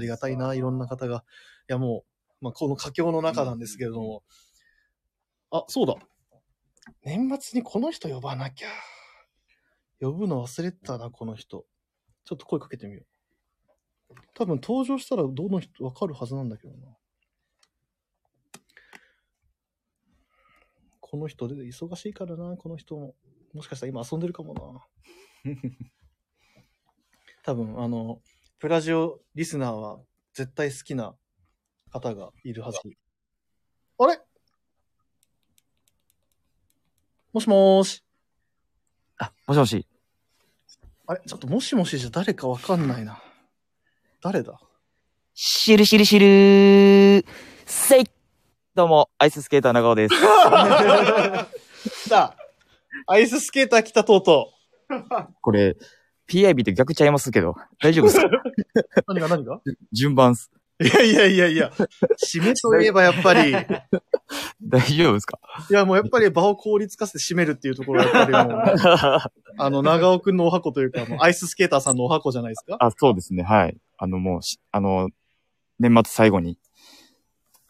りがたいな、いろんな方が。いや、もう、まあ、この佳境の中なんですけれども。あ、そうだ。年末にこの人呼ばなきゃ。呼ぶの忘れてたな、この人。ちょっと声かけてみよう。多分登場したらどの人わかるはずなんだけどな。この人で忙しいからな、この人も。もしかしたら今遊んでるかもな。 多分、あの、プラジオリスナーは絶対好きな方がいるはず。あれもしもーし。
あ、もしもし。
あれちょっともしもしじゃ誰かわかんないな。誰だ
しるしるしるせいどうも、アイススケーター長尾です。
来たアイススケーター来たとうと
これ、PIB と逆ちゃいますけど、大丈夫です か
う。何が何が
順番っす。
いやいやいやいや。締めといえばやっぱ り、い
大丈夫ですか
やもうやっぱり場を効率化して締めるっていうところはやっぱり もう、あの、長尾くんのお箱というか、もうアイススケーターさんのお箱じゃないですか。
あ、そうですね、はい。あの、もうし、あの、年末最後に、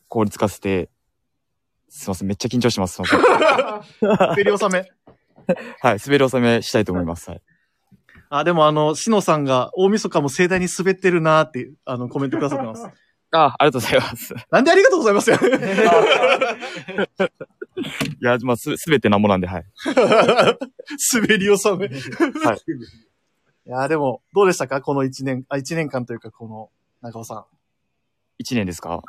効率化せて、すいません、めっちゃ緊張してます。すいま せん
滑り納め。
はい、滑り納めしたいと思います。はい、
あ、でもあの、しのさんが大晦日も盛大に滑ってるなーって、あの、コメントくださってます。
あ、ありがとうございます。い
なんでありがとうございますよ。
や、まあ、す、すべてなんもなんで、はい。
滑り納め。い
はい。
やー、でも、どうでしたかこの一年、あ、一年間というか、この、中尾さん。
一年ですか、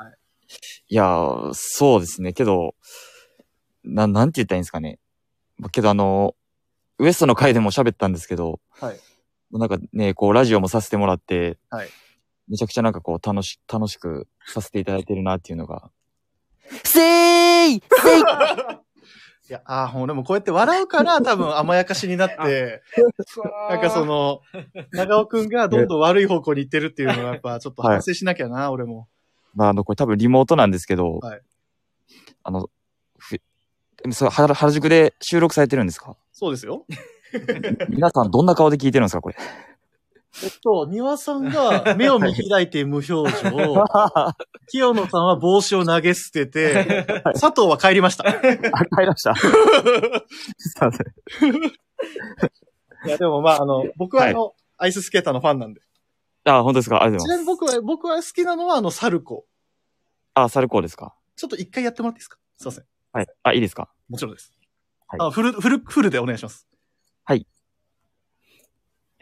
い、やー、そうですね。けど、な、なんて言ったらいいんですかね。まあけどあの、ウエストの回でも喋ったんですけど、
はい
なんかね、こう、ラジオもさせてもらって、
はい
めちゃくちゃなんかこう、楽し、楽しくさせていただいてるなっていうのが。せーいせい
いや、ああ、もうでもこうやって笑うから多分甘やかしになって、なんかその、長尾くんがどんどん悪い方向に行ってるっていうのはやっぱちょっと反省しなきゃな、俺も。
まあ、あの、これ多分リモートなんですけど、
はい
あの、ふそう原原宿で収録されてるんですか
そうですよ。
皆さんどんな顔で聞いてるんですか これ。
えっと、庭さんが目を見開いて無 表情、清野さんは帽子を投げ捨てて、佐藤は帰りました。
あ、帰りました。すいません
いや、でもまあ、あの、僕はあの、アイススケーターのファンなんで。
あ、本当ですかありがと
ち
うご
な
ざ
み
いま
に僕
す。
は、僕は好きなのはあの、サルコ。
あ、サルコーですか
ちょっと一回やってもらっていいですかすいません。
はい。あ、いいですか
もちろんです。
はい
あフル、フル、フルでお願いします。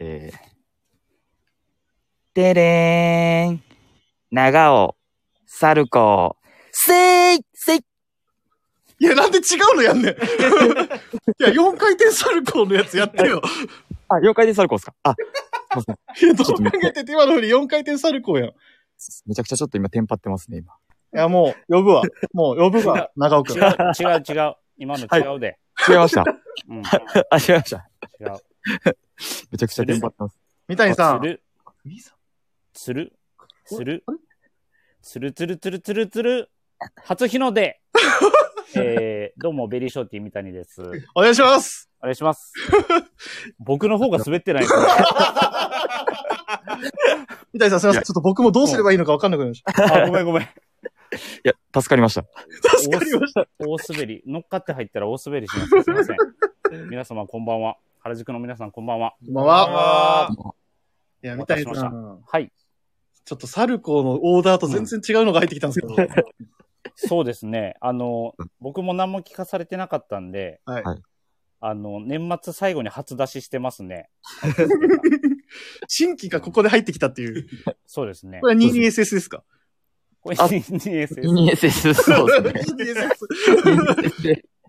えー。てれーん。長尾、サルコー、せいせい
いや、なんで違うのやんねん いや、4回転サルコーのやつやって よ。
あ、4回転サルコーですかあ、すいませ
い
ん。
やどう考えてって今のふり4回転サルコーやん。い
めちゃくちゃちょっと今テンパってますね、今。
や、もう、呼ぶわ。もう、呼ぶわ。長 尾くん。
違う、違う、違う。今の違うで。
違いま した。
うん。
あ、違いました。
違う。
めちゃくちゃテンパってます。
三 谷さん
つ。る、つる、つる、つるつるつるつるつる、初日の 出。えー、どうも、ベリーショーティー三谷です。お
お願いします。
願いします。僕の方が滑 ってないか
三谷さん、すいません。ちょっと僕もどうすればいいのか分かんなくなりました。
ら。あ、ごめんごめん。
いや、助かりました。
助かりました。
大滑り。乗っかって入ったら大滑りします。すいません。皆様、こんばんは。原宿の皆さん、こんばんは。
こんばんは。
あ
いや、三谷
お待
さ
たせし
ん。
はい。
ちょっとサルコーのオーダーと全然違うのが入ってきたんですけど。
そうですね。あの、僕も何も聞かされてなかったんで、
はい
はい
あの、年末最後に初出ししてますね。
新規がここで入ってきたっていう。
そうですね
こ。れは 22SS ですか
これ
あ
2SS
2SS、そうですね。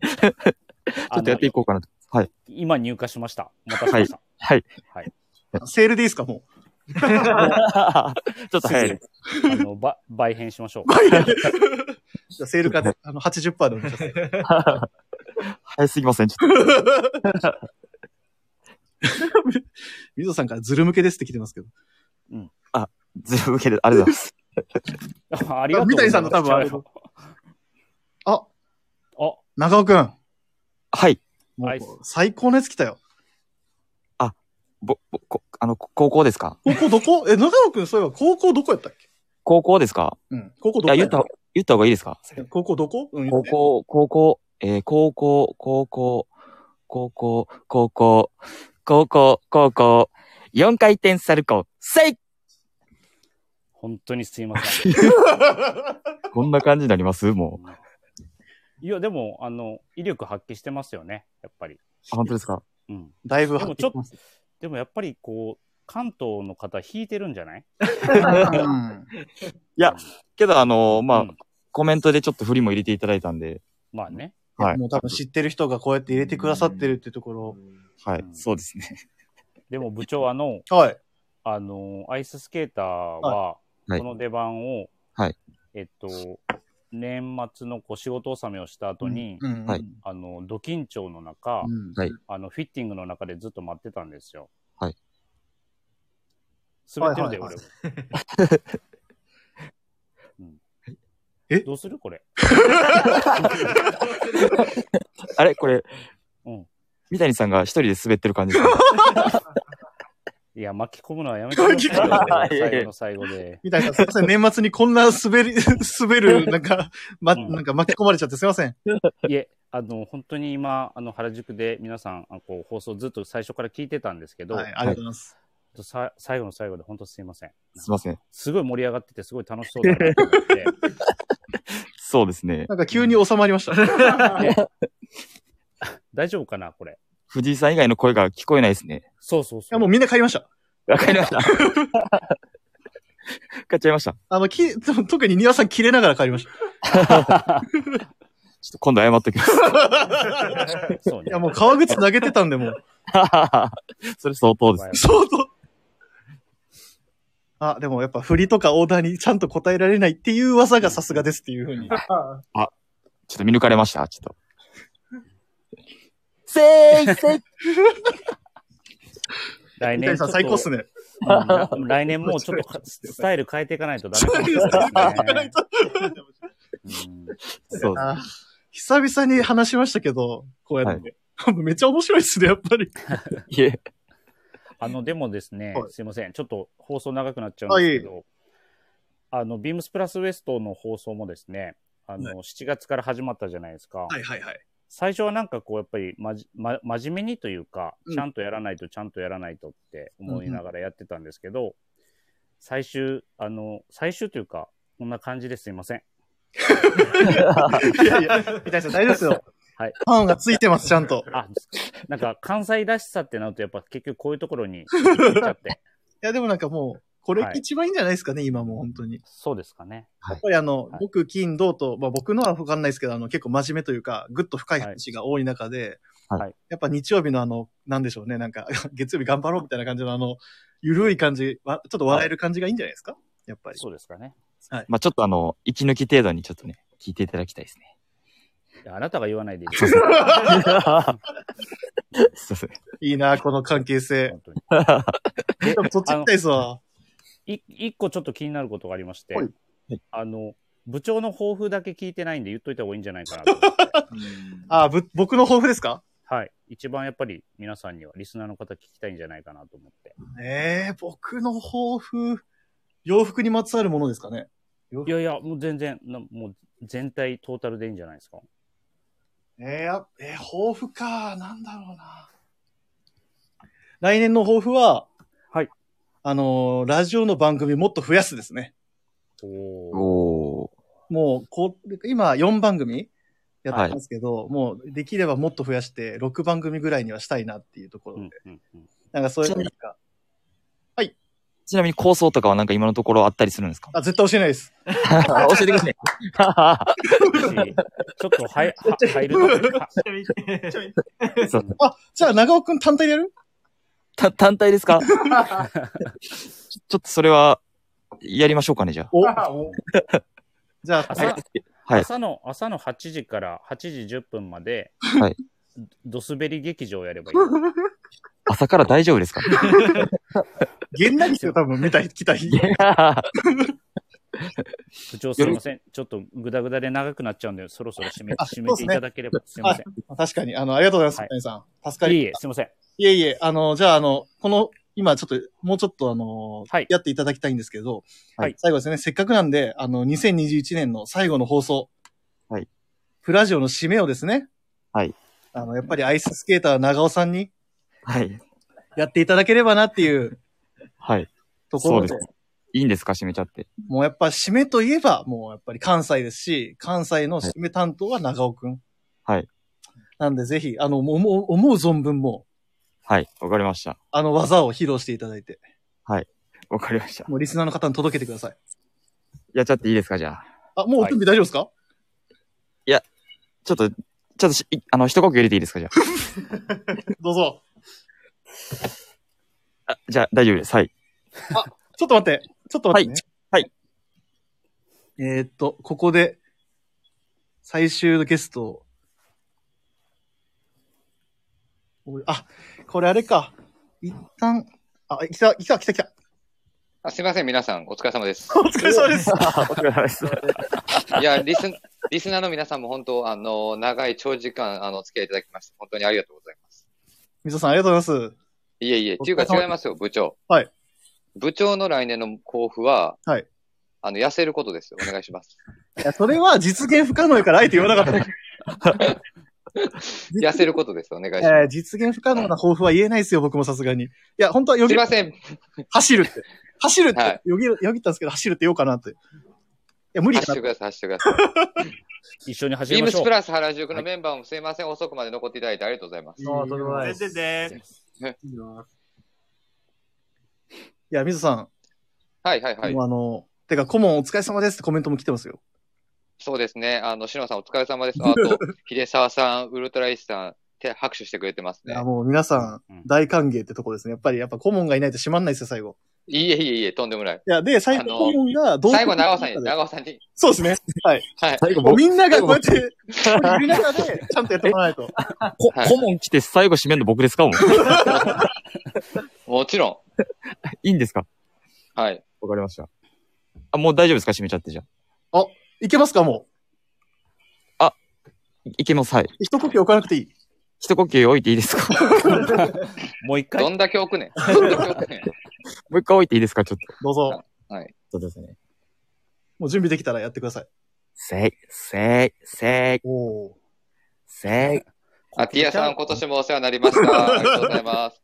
ちょっとやっていこうかなと。
今入荷しました。お待たせしました。
はい。
セールでいいですかも
ちょっと早いです。
あの、ば、倍変しましょう。
う。じゃあセール価で、あの、80%でお願いします。
早すぎません、ちょっ
水野さんからズル向けですって来てますけど。
と。ずる受けで、ありがとうございます。
ありがとうございます。
三谷さんの多分あれだあ、
あ、
長尾くん。
はい。
も
はいう
最高のやつ来たよ。
ぼ、ぼ、こ、あの、高校ですか
高校ど こえ、長尾くん、そういえば高校どこやったっけ
高校ですか
うん。高校
い
どこ
や、
や
言っ
った
た、言った方がいいですか
高校どこうん。
高校、高校、えー、高校、高校、高校、高校、高校、高校、4回転サルコー、せい
本当にすいま せん。
こんな感じになりますも
いや、でも、あの、威力発揮してますよね。やっぱり。
う。本当ですか
うん。
だいぶ
でもちょっと、でもやっぱりこう、関東の方引いてるんじゃない
うん
けど、あのーまあ、
うん
コメントでちょっと振りも入れていただいたんで、
まあね。
はい
もう多分知ってる人がこうやって入れてくださってるってところ。
はい、
うん
そうですね。
でも部長、あの、
はい。
あの、アイススケーターは、
いはい
この出番を、
はい
えっと、年末のこう仕事納めをした後に、
うん
はい。
あの、ド緊張の中、
うん
はい
あの、フィッティングの中でずっと待ってたんですよ。
はい。
滑ってるで、
はいはいは
俺。うん
え
どうするこれ。
あれこれ、
うん
三谷さんが一人で滑ってる感じですか
いや、巻き込むのはやめてくださいよ
巻き込む
最後の最後で。
みたいな、すいません、年末にこんな滑り、 滑る、なんか、ま、
うん
なんか巻き込まれちゃってすいません。
いえ、あの、本当に今、あの、原宿で皆さん、あのこう、放送ずっと最初から聞いてたんですけど、
はい、ありがとうございます。
さ最後の最後で本当すいません。
すいません。
すごい盛り上がってて、すごい楽しそうだなと 思って。
そうですね。
なんか急に収まりました。
大丈夫かなこれ。
藤井さん以外の声が聞こえないですね。
そうそう
い
そ
や、
う。
もうみんな帰りました。
わかり ました。買っちゃいました。ちょ
あの、き、 特に庭さん切れながら帰りました。
っと今度謝っとき ます。
そう
い
ね。
や、もう革靴投げてたんで、も う。
それ相当ですね。
相当。あ、でもやっぱ振りとかオーダーにちゃんと答えられないっていう技がさすがですっていうふうに。
ちょっと見抜かれました。ちょっと。せーいせい
来
三
年
谷
ち
さん
ょっと。
最高っすね。
うん来年もうちょっとかスタイル変えていかないとダメかもしれないですね。
そう。
あー久々に話しましたけど、こうやって。 めっちゃ面白いっすね、やっぱり。
いえ。
あの、でもですね、
はい
すいません。ちょっと放送長くなっちゃうんですけど、あの、ビームスプラスウエストの放送もですね、あの、7月から始まったじゃないですか。
はいはいはい。
最初はなんかこう、やっぱりまじ、ま、真面目にというか、
うん
ちゃんとやらないと、ちゃんとやらないとって思いながらやってたんですけど、最終、あの、最終というか、こんな感じですいません。
いやいや、三谷さん大丈夫ですよ。
はい。
ファンがついてます、ちゃんと。
あ、なんか関西らしさってなると、やっぱ結局こういうところに行っちゃ って、
いや、でもなんかもう、これ
はい
一番いいんじゃないですかね、今もう本当に。
そうですかね。
やっぱりあの、
はい
僕、金、銅と、まあ僕のはわかんないですけど、あの、結構真面目というか、ぐっと深い話が多い中で、
はい
やっぱ日曜日のあの、なんでしょうね、なんか、月曜日頑張ろうみたいな感じのあの、ゆるい感じ、わちょっと笑える感じがいいんじゃないですかやっぱり。
そうですかね。
まあちょっとあの、息抜き程度にちょっとね、聞いていただきたいです ね。
いやあなたが言わないでい いです
そうそうすいません。
いいな、この関係性。
本当に。
でも、とっち行きたいですわ。
い一個ちょっと気になることがありまして、
はいはい
あの、部長の抱負だけ聞いてないんで言っといた方がいいんじゃないかなと思って。
あぶ、僕の抱負ですか
はい。一番やっぱり皆さんには、リスナーの方聞きたいんじゃないかなと思って。
ええ僕の抱負、洋服にまつわるものですかね。
いやいや、もう全然、なもう全体トータルでいいんじゃないですか。
えー、えー抱負か。なんだろうな。来年の抱負は、
はい。
あのーラジオの番組もっと増やすですね。
おお。
おー。
もう、こう、今4番組やってますけど、もうできればもっと増やして、6番組ぐらいにはしたいなっていうところで。
うんうんうん
なんかそういう
ちなみ
なん
に
か、
ちなみに構想とかはなんか今のところあったりするんですか
あ、絶対教えないです。
教えてください。
私ちょっとは やは入るとは
そう
あ、じゃあ長尾くん単体でやる
た単体 ですかちょちょっとそれは、やりましょうかね、じゃ
お、
お
じゃあ、
朝
あ。はい。
朝の、朝の8時から8時10分まで、
はい
ドスベリ劇場をやればいい。
朝から大丈夫ですか
げんなりしてる多分見た、来た日。
部長すいません。ちょっとグダグダで長くなっちゃうんで、そろそろ締め
あ
締めていただければ。すいません。
確かに、あの、ありがとうございます、
はい
谷さん。助かり
いえいえ、すいません。
いえいえ、あの、じゃあ、あの、この、今ちょっと、もうちょっとあの、
はい
やっていただきたいんですけど、
はい
最後ですね、せっかくなんで、あの、2021年の最後の放送。
はい。
プラジオの締めをですね。
はい。
あの、やっぱりアイススケーター長尾さんに
はい。
やっていただければなっていう
はい。
ところ
そうで
で、
す。いいんですか閉めちゃって。
もうやっぱ締めといえば、もうやっぱり関西ですし、関西の締め担当は長尾くん。
はい。
なんでぜひ、あの、もう思う思う存分もう、
はい。わかりました。
あの技を披露していただいて、
わかりました。
もうリスナーの方に届けてください。
やっちゃっていいですかじゃあ。
あ、もうお準備大丈夫ですか、
ちょっと、ちょっとし、いあの、一呼吸入れていいですかじゃ
どうぞ。
あ。あじゃあ、大丈夫です。はい。
ちょっと待って。ちょっと待って、ね。
はいはい
えーっと、ここで、最終のゲストをおいあ、これあれか。一旦、あ、来た、来た、来た、来た。
あすみません、皆さん、お疲れ様です。
お疲れ様です。
あお疲れ様です。
いや、リス、リスナーの皆さんも本当、あの、長い長時間、あの、お付き合いいただきまして、本当にありがとうございます。
みぞさん、ありがとうございます。
いえいえ、
お疲
ってい
れ様
うか
です
違いますよ、部長。
はい。
部長の来年の抱負は、
はい。
あの、痩せることです。お願いし ます。
いや、それは実現不可能やから、あえて言わなか った。
痩せることです。お願いし
えー
ま
実現不可能な抱負は言えないですよ、僕もさすがに。いや、本当はよ
す。す
ぎ
い、ません。
走るって。走るって、
はい
よぎ、よぎったんですけど、走るって言おうかなって。いや、無理
走
か
って
な
ください、走ってくだ さい。
一緒に走
ビ
りま
ーム
しょ
ス
う
プ。ラス原宿のメンバーもすいません、遅くまで残っていただいてありがとうございます。
あーとんでもない
全然で
いや、みぞさん、
はいはいはい
も。うあの、てか、顧問お疲れ様ですってコメントも来てますよ。
そうですね。あの、しのさんお疲れ様です。あと、秀沢さん、ウルトライスさん、手拍手してくれてます
い
ね
や、。もう皆さん
うん、
大歓迎ってとこですね。やっぱり、やっぱ顧問がいないと閉まんないですよ、最後。
いえいえいえ、とんでもない。
いや、で、最後、顧問が、
最後、長尾さんに、長尾さんに。
そうですね。はい。
はい。
最後
もう
僕、
みんながこうやって、いる中で、ちゃんとやってもらわな いと。
こ
はい
顧問来て最後締めるの僕ですかもう。
もちろ
いいんですか
ん。はい。
わかりました。あ、もう大丈夫ですか締めちゃってじゃ
いけますか、も
あ。いいけます。はい。
う。一呼吸置かなくていい。
一呼吸置いていいですか
もう一回
ど。んだけ置くねん。どんだけ置くねん。
もう一回置いていいですかちょっ
どうぞ。
と。そうですね。
もう準備できたらやってください。
せい、せい、せい、
おお。
せい。
あ、ティアさん、今年もお世話になりま した。ありがとうございます。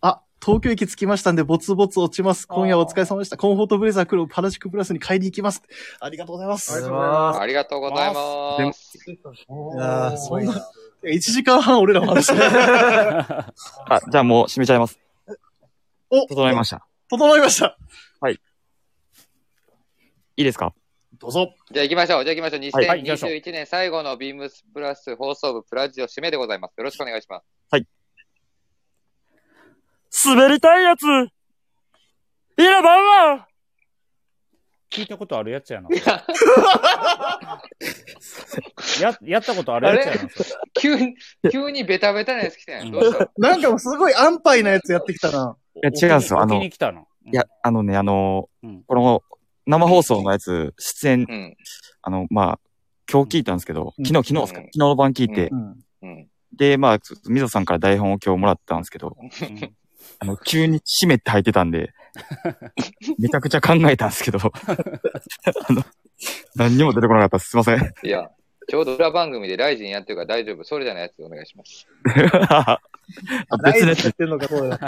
あ、東京駅着きましたんで、ぼつぼつ落ちます。今夜お疲れ様でした。コンフォートブレザー黒パラシックプラスに買いに行きます。ありがとうございます。
ありがとうございま
あ
ありがとうございます。
す。
いやーそんな
す
1時間半俺らお話し
あ、じゃあもう締めちゃいます。
お
整いました。
整いました。
いいですか
どうぞ。
じゃあ行きましょう。じゃあ行きましょう。
はいはい
行きましょう
2021年最後のビームスプラス放送部プラジオ締めでございます。よろしくお願いします。
滑りたいやついや、ばんは
聞いたことあるやつやな。
や
や、やったことあるやつや な。それ
急に、急にベタベタなやつ来てない。どうした
なんかもうすごい安牌なやつやってきたな。
いや違うんですよあの
置きに来たの。
いや、あのね、あの、
うん
この生放送のやつ、出演、
うん。
あの、まあ、今日聞いたんですけど、
うん
昨日、昨日ですか、
うん
昨日の晩聞いて、
うん。
うん。
で、まあ、ちょっと水野さんから台本を今日もらったんですけど、
うん。
あの、急に締めって入ってたんで、めちゃくちゃ考えたんですけど、あの、何にも出てこなかったです。すいませ ん。
いや、ちょうど裏番組でライジンやってるから大丈夫。それじゃないやつお願いします。
あ別の
何言
やつ
っ。てんのか、そうだ。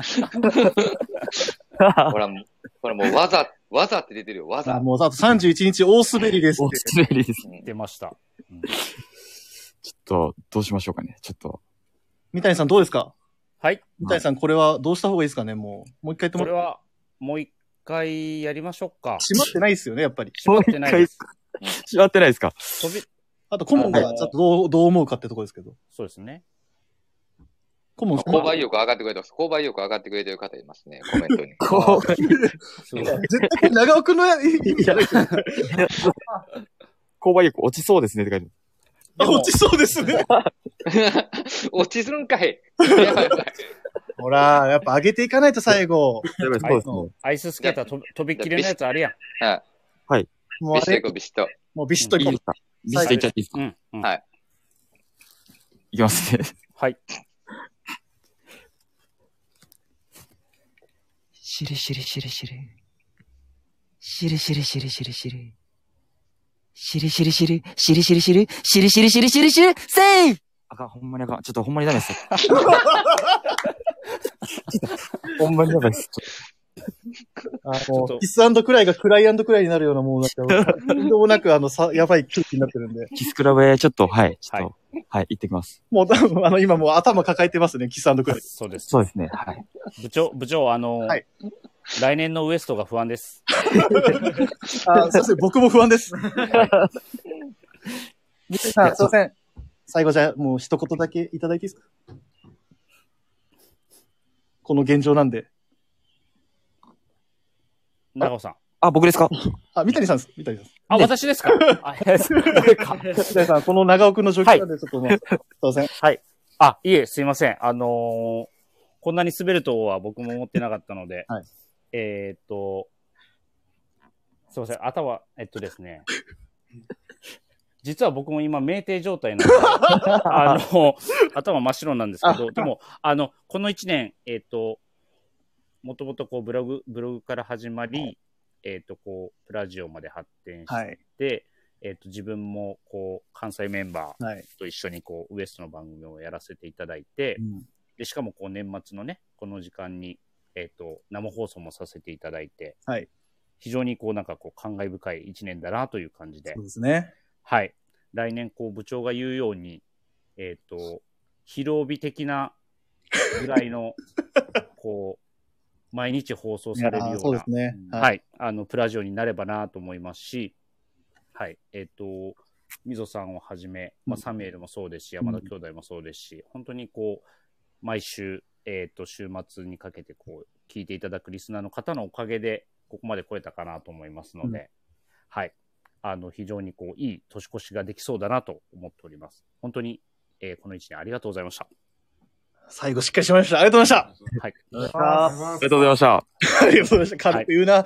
ほら、もうほらもうわざ、わざって出てるよ。わ
さあ、
ざ。
もうあと31日大滑りですっ
お
て。
滑りです。
出ました。
ちょっと、どうしましょうかね。ちょっと。
三谷さんどうですか
はい。
三谷さん、これはどうした方がいいですかねもう、もう一回と
こ
も
れ。は、もう一回やりましょうか。
閉まってないですよね、やっぱり。
閉まってないです。
しまってないですか
飛び、
あと、顧問がちょっとどう、どう思うかってとこですけど。
そうですね。
顧問、
購 買意欲上がってくれてます。購買意欲上がってくれてる方いますね、コメントに。
こう、
すごい。
絶対長尾くんの意味じゃないですよ
購買力落ちそうですねって書いてあ
あ落ちそうですね。
落ちするんかい。 やばいやばい
ほら、やっぱ上げていかないと最後。
る。
ばい
そうで
アイススケーターと飛びっきりのやつあるやん。
もうあ
ビシッとい
れ
こ、う、ビシッと。
もうビシッと
すね。いいですかビシッといっちゃっていいですか
うん。うん
はい
いきますね。
はい。
しるしるしるしる。しるしるしるしるしる。しるしるしる、しるしるしる、しるしるしるしるしる、せい
あかん、ほんまにあかん。ちょっとほんまにダメです。ちょっとほんまにダメです。ちょっ
あ
ょっと
の、キスクライがクライクライになるようなもうなんか、とんでもなくあの、さ、やばい空気になってるんで。
とキスクラブへ、ちょっと、はい、ちょっと、はい、行ってきます。
もう多分、あの、今もう頭抱えてますね、キスクライ。
そうです。
そうですね。はい。
部長、部長、あの
はい、
来年のウエストが不安です。
あ、すいません、僕も不安です。三谷さん、すいません。最後じゃあ、もう一言だけいただいていいですかこの現状なんで。
長尾さん。
あ、僕ですか
あ、三谷さんです。三谷さんです。
あ、私です かあ、
三谷さん、この長尾くんの状況なんで、ちょっ とまあ、すいません。
あ、いえ、すいません。あのーこんなに滑るとは僕も思ってなかったので、
はい
えーっと、すいません、頭、えっとですね、 実は僕も今、酩酊状態な ので、あの、頭真っ白なんですけど、でも、あの、この1年、えーっと、もともとこうブログ、ブログから始まり、えーっと、こう、プラジオまで発展して、
はい。
えーっと、自分も、こう、関西メンバー、
はい。
と一緒にこうウエストの番組をやらせていただいて、
うん
でしかもこう年末のねこの時間に、えー、と生放送もさせていただいて、
はい
非常にこうなんかこう感慨深い一年だなという感じで
そう、ですね。
はい、来年こう部長が言うように、えー、と疲労日的なぐらいのこう毎日放送されるよう
いや
な
ーそうですね
うん
は
はい、あのプラジオになればなと思いますし、はいえっ、とみぞさんをはじめ、まあ、サミュエルもそうですし、山田兄弟もそうですし、本当にこう毎週、えっと週末にかけてこう聞いていただくリスナーの方のおかげで、ここまで来れたかなと思いますので、
う
はい。あの、非常にこう、いい年越しができそうだなと思っております。本当に、えーこの一年ありがとうございました。
最後しっかりしました。ありがとうございました。
ありがとうございま
はい。
りがとうございま した。
ありがとうございました。軽く言うな。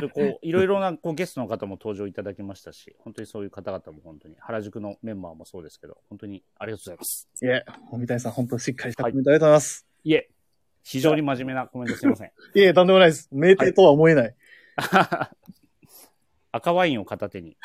でこういろいろなこうゲストの方も登場いただきましたし、本当にそういう方々も本当に、原宿のメンバーもそうですけど、本当にありがとうございます。
いえ、三谷さん、本当にしっかりしたコ
はい
メントありがとうございます。
いえ、非常に真面目なコメントすいません。
い、え、とんでもないです。名店とは思えない。
赤ワインを片手に。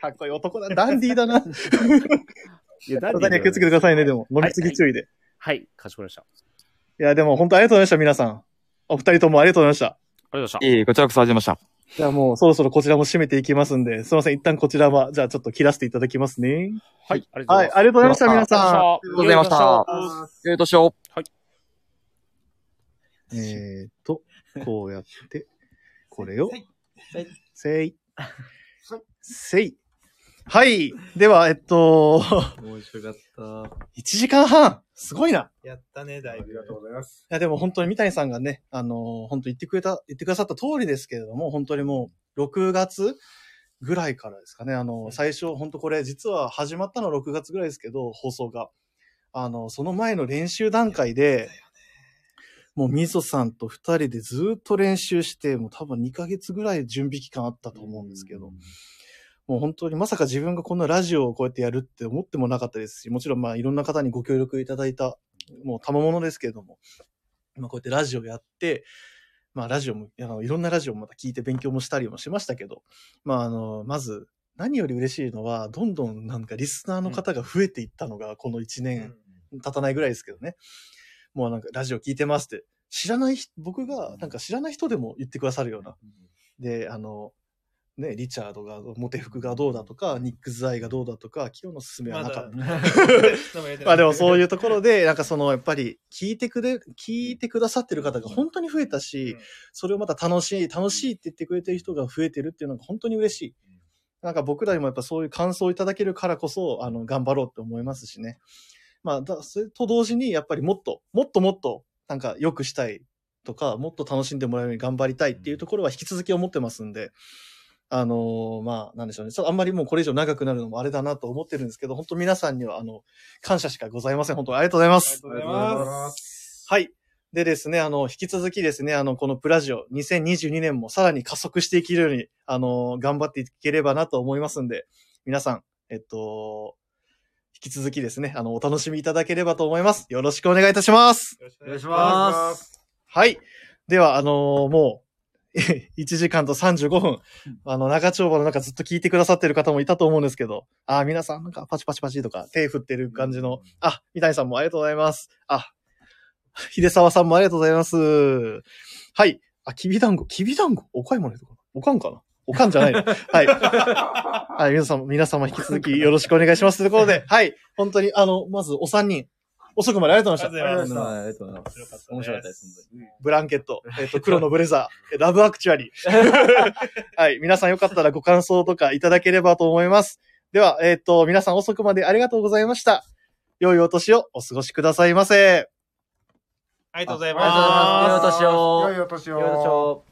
かっこいい男 だ。ダンディーだな。
いや、
体には気をつけてくださいね、でも。飲みすぎ注意で。い
はい、かしこまりました。あ
や、でも本当ありがとうございました、皆さん。お二人ともありがとうございました。
りがとうございました。
いえいえ、こちらこそ始めました。
じゃあもうそろそろこちらも締めていきますんで、すいません、一旦こちらは、じゃあちょっと切らせていただきますね。
はい、ありがとうござ
はいい、
ます。
ありがとうございました、皆さん。
あ
りがとうございました良い年を。
えーっと、こうやって、これを、せい
せい、
せい。はい。では、えっ と、
面白かった。
1時間半すごいな。
やったね、だ
あ
い
りがとう
ぶ。。
ございます。
いや、でも本当に三谷さんがね、あのー本当言ってくれた、言ってくださった通りですけれども、本当にもう、6月ぐらいからですかね、あのー最初、本当これ、実は始まったの6月ぐらいですけど、放送が。あのーその前の練習段階で、もうみそさんと二人でずーっと練習して、もう多分2ヶ月ぐらい準備期間あったと思うんですけど、もう本当にまさか自分がこんなラジオをこうやってやるって思ってもなかったですし、もちろんまあいろんな方にご協力いただいた、もう賜物ですけれども、今こうやってラジオやって、まあラジオも、あのいろんなラジオもまた聞いて勉強もしたりもしましたけど、まああの、まず何より嬉しいのは、どんどんなんかリスナーの方が増えていったのが、この1年経たないぐらいですけどね。もうなんかラジオ聞いてますって、知らない人、僕がなんか知らない人でも言ってくださるような。で、あの、ね、リチャードが、モテ服がどうだとか、ニック・ズアイがどうだとか、今日のすすめはなかった。まあでもそういううところで、 なんかその、やっぱり聞いてくれ、聞いてくださってる方が本当に増えたし
うん、
それをまた楽しい、楽しいって言ってくれてる人が増えてるっていうのが本当に嬉しい。なんか僕らにもやっぱそういう感想をいただけるからこそ、あの、頑張ろうって思いますしね。まあ、だそれと同時に、やっぱりもっと、もっともっと、なんか良くしたいとか、もっと楽しんでもらえるように頑張りたいっていうところは引き続き思ってますんで、あのーまあ、なんでしょうね。ちょっとあんまりもうこれ以上長くなるのもあれだなと思ってるんですけど、本当皆さんには、あの、感謝しかございません。本当にありがとうございます。
ありがとうございます。
はい。でですね、あの、引き続きですね、あの、このプラジオ2022年もさらに加速していけるように、あの、頑張っていければなと思いますんで、皆さん、えっと、引き続きですね、あの、お楽しみいただければと思います。よろしくお願いいたします。
よろしく
お
お
願
願
い
い
し
し
ま
ますす。。
はい。では、あのもう、1時 間と35分、あの、長丁場の中ずっと聞いてくださってる方もいたと思うんですけど、あー、皆さんなんかパチパチパチとか手振ってる感じの、あ、三谷さんもありがとうございます。あ、秀沢さんもありがとうございます。はい。あ、きびだんご、きびだんごお買い物とかおかんかなおかんじゃない のはい。はい、皆様、皆様引き続きよろしくお願いします。ということで、はい。本当に、あの、まずお三人、遅くまでありがとうございました。
ありがとうございました
ありがとうございます。
面白かったです
面白かったです。
ブランケット、えっ、と、黒のブレザー、えラブアクチュアリー。はい。皆さんよかったらご感想とかいただければと思います。では、えっ、と、皆さん遅くまでありがとうございました。良いお年をお過ごしくださいませ。
ありがとうござい
ありがとうございます。
ます。
良いお年を。
良いお年を。
良いお年を。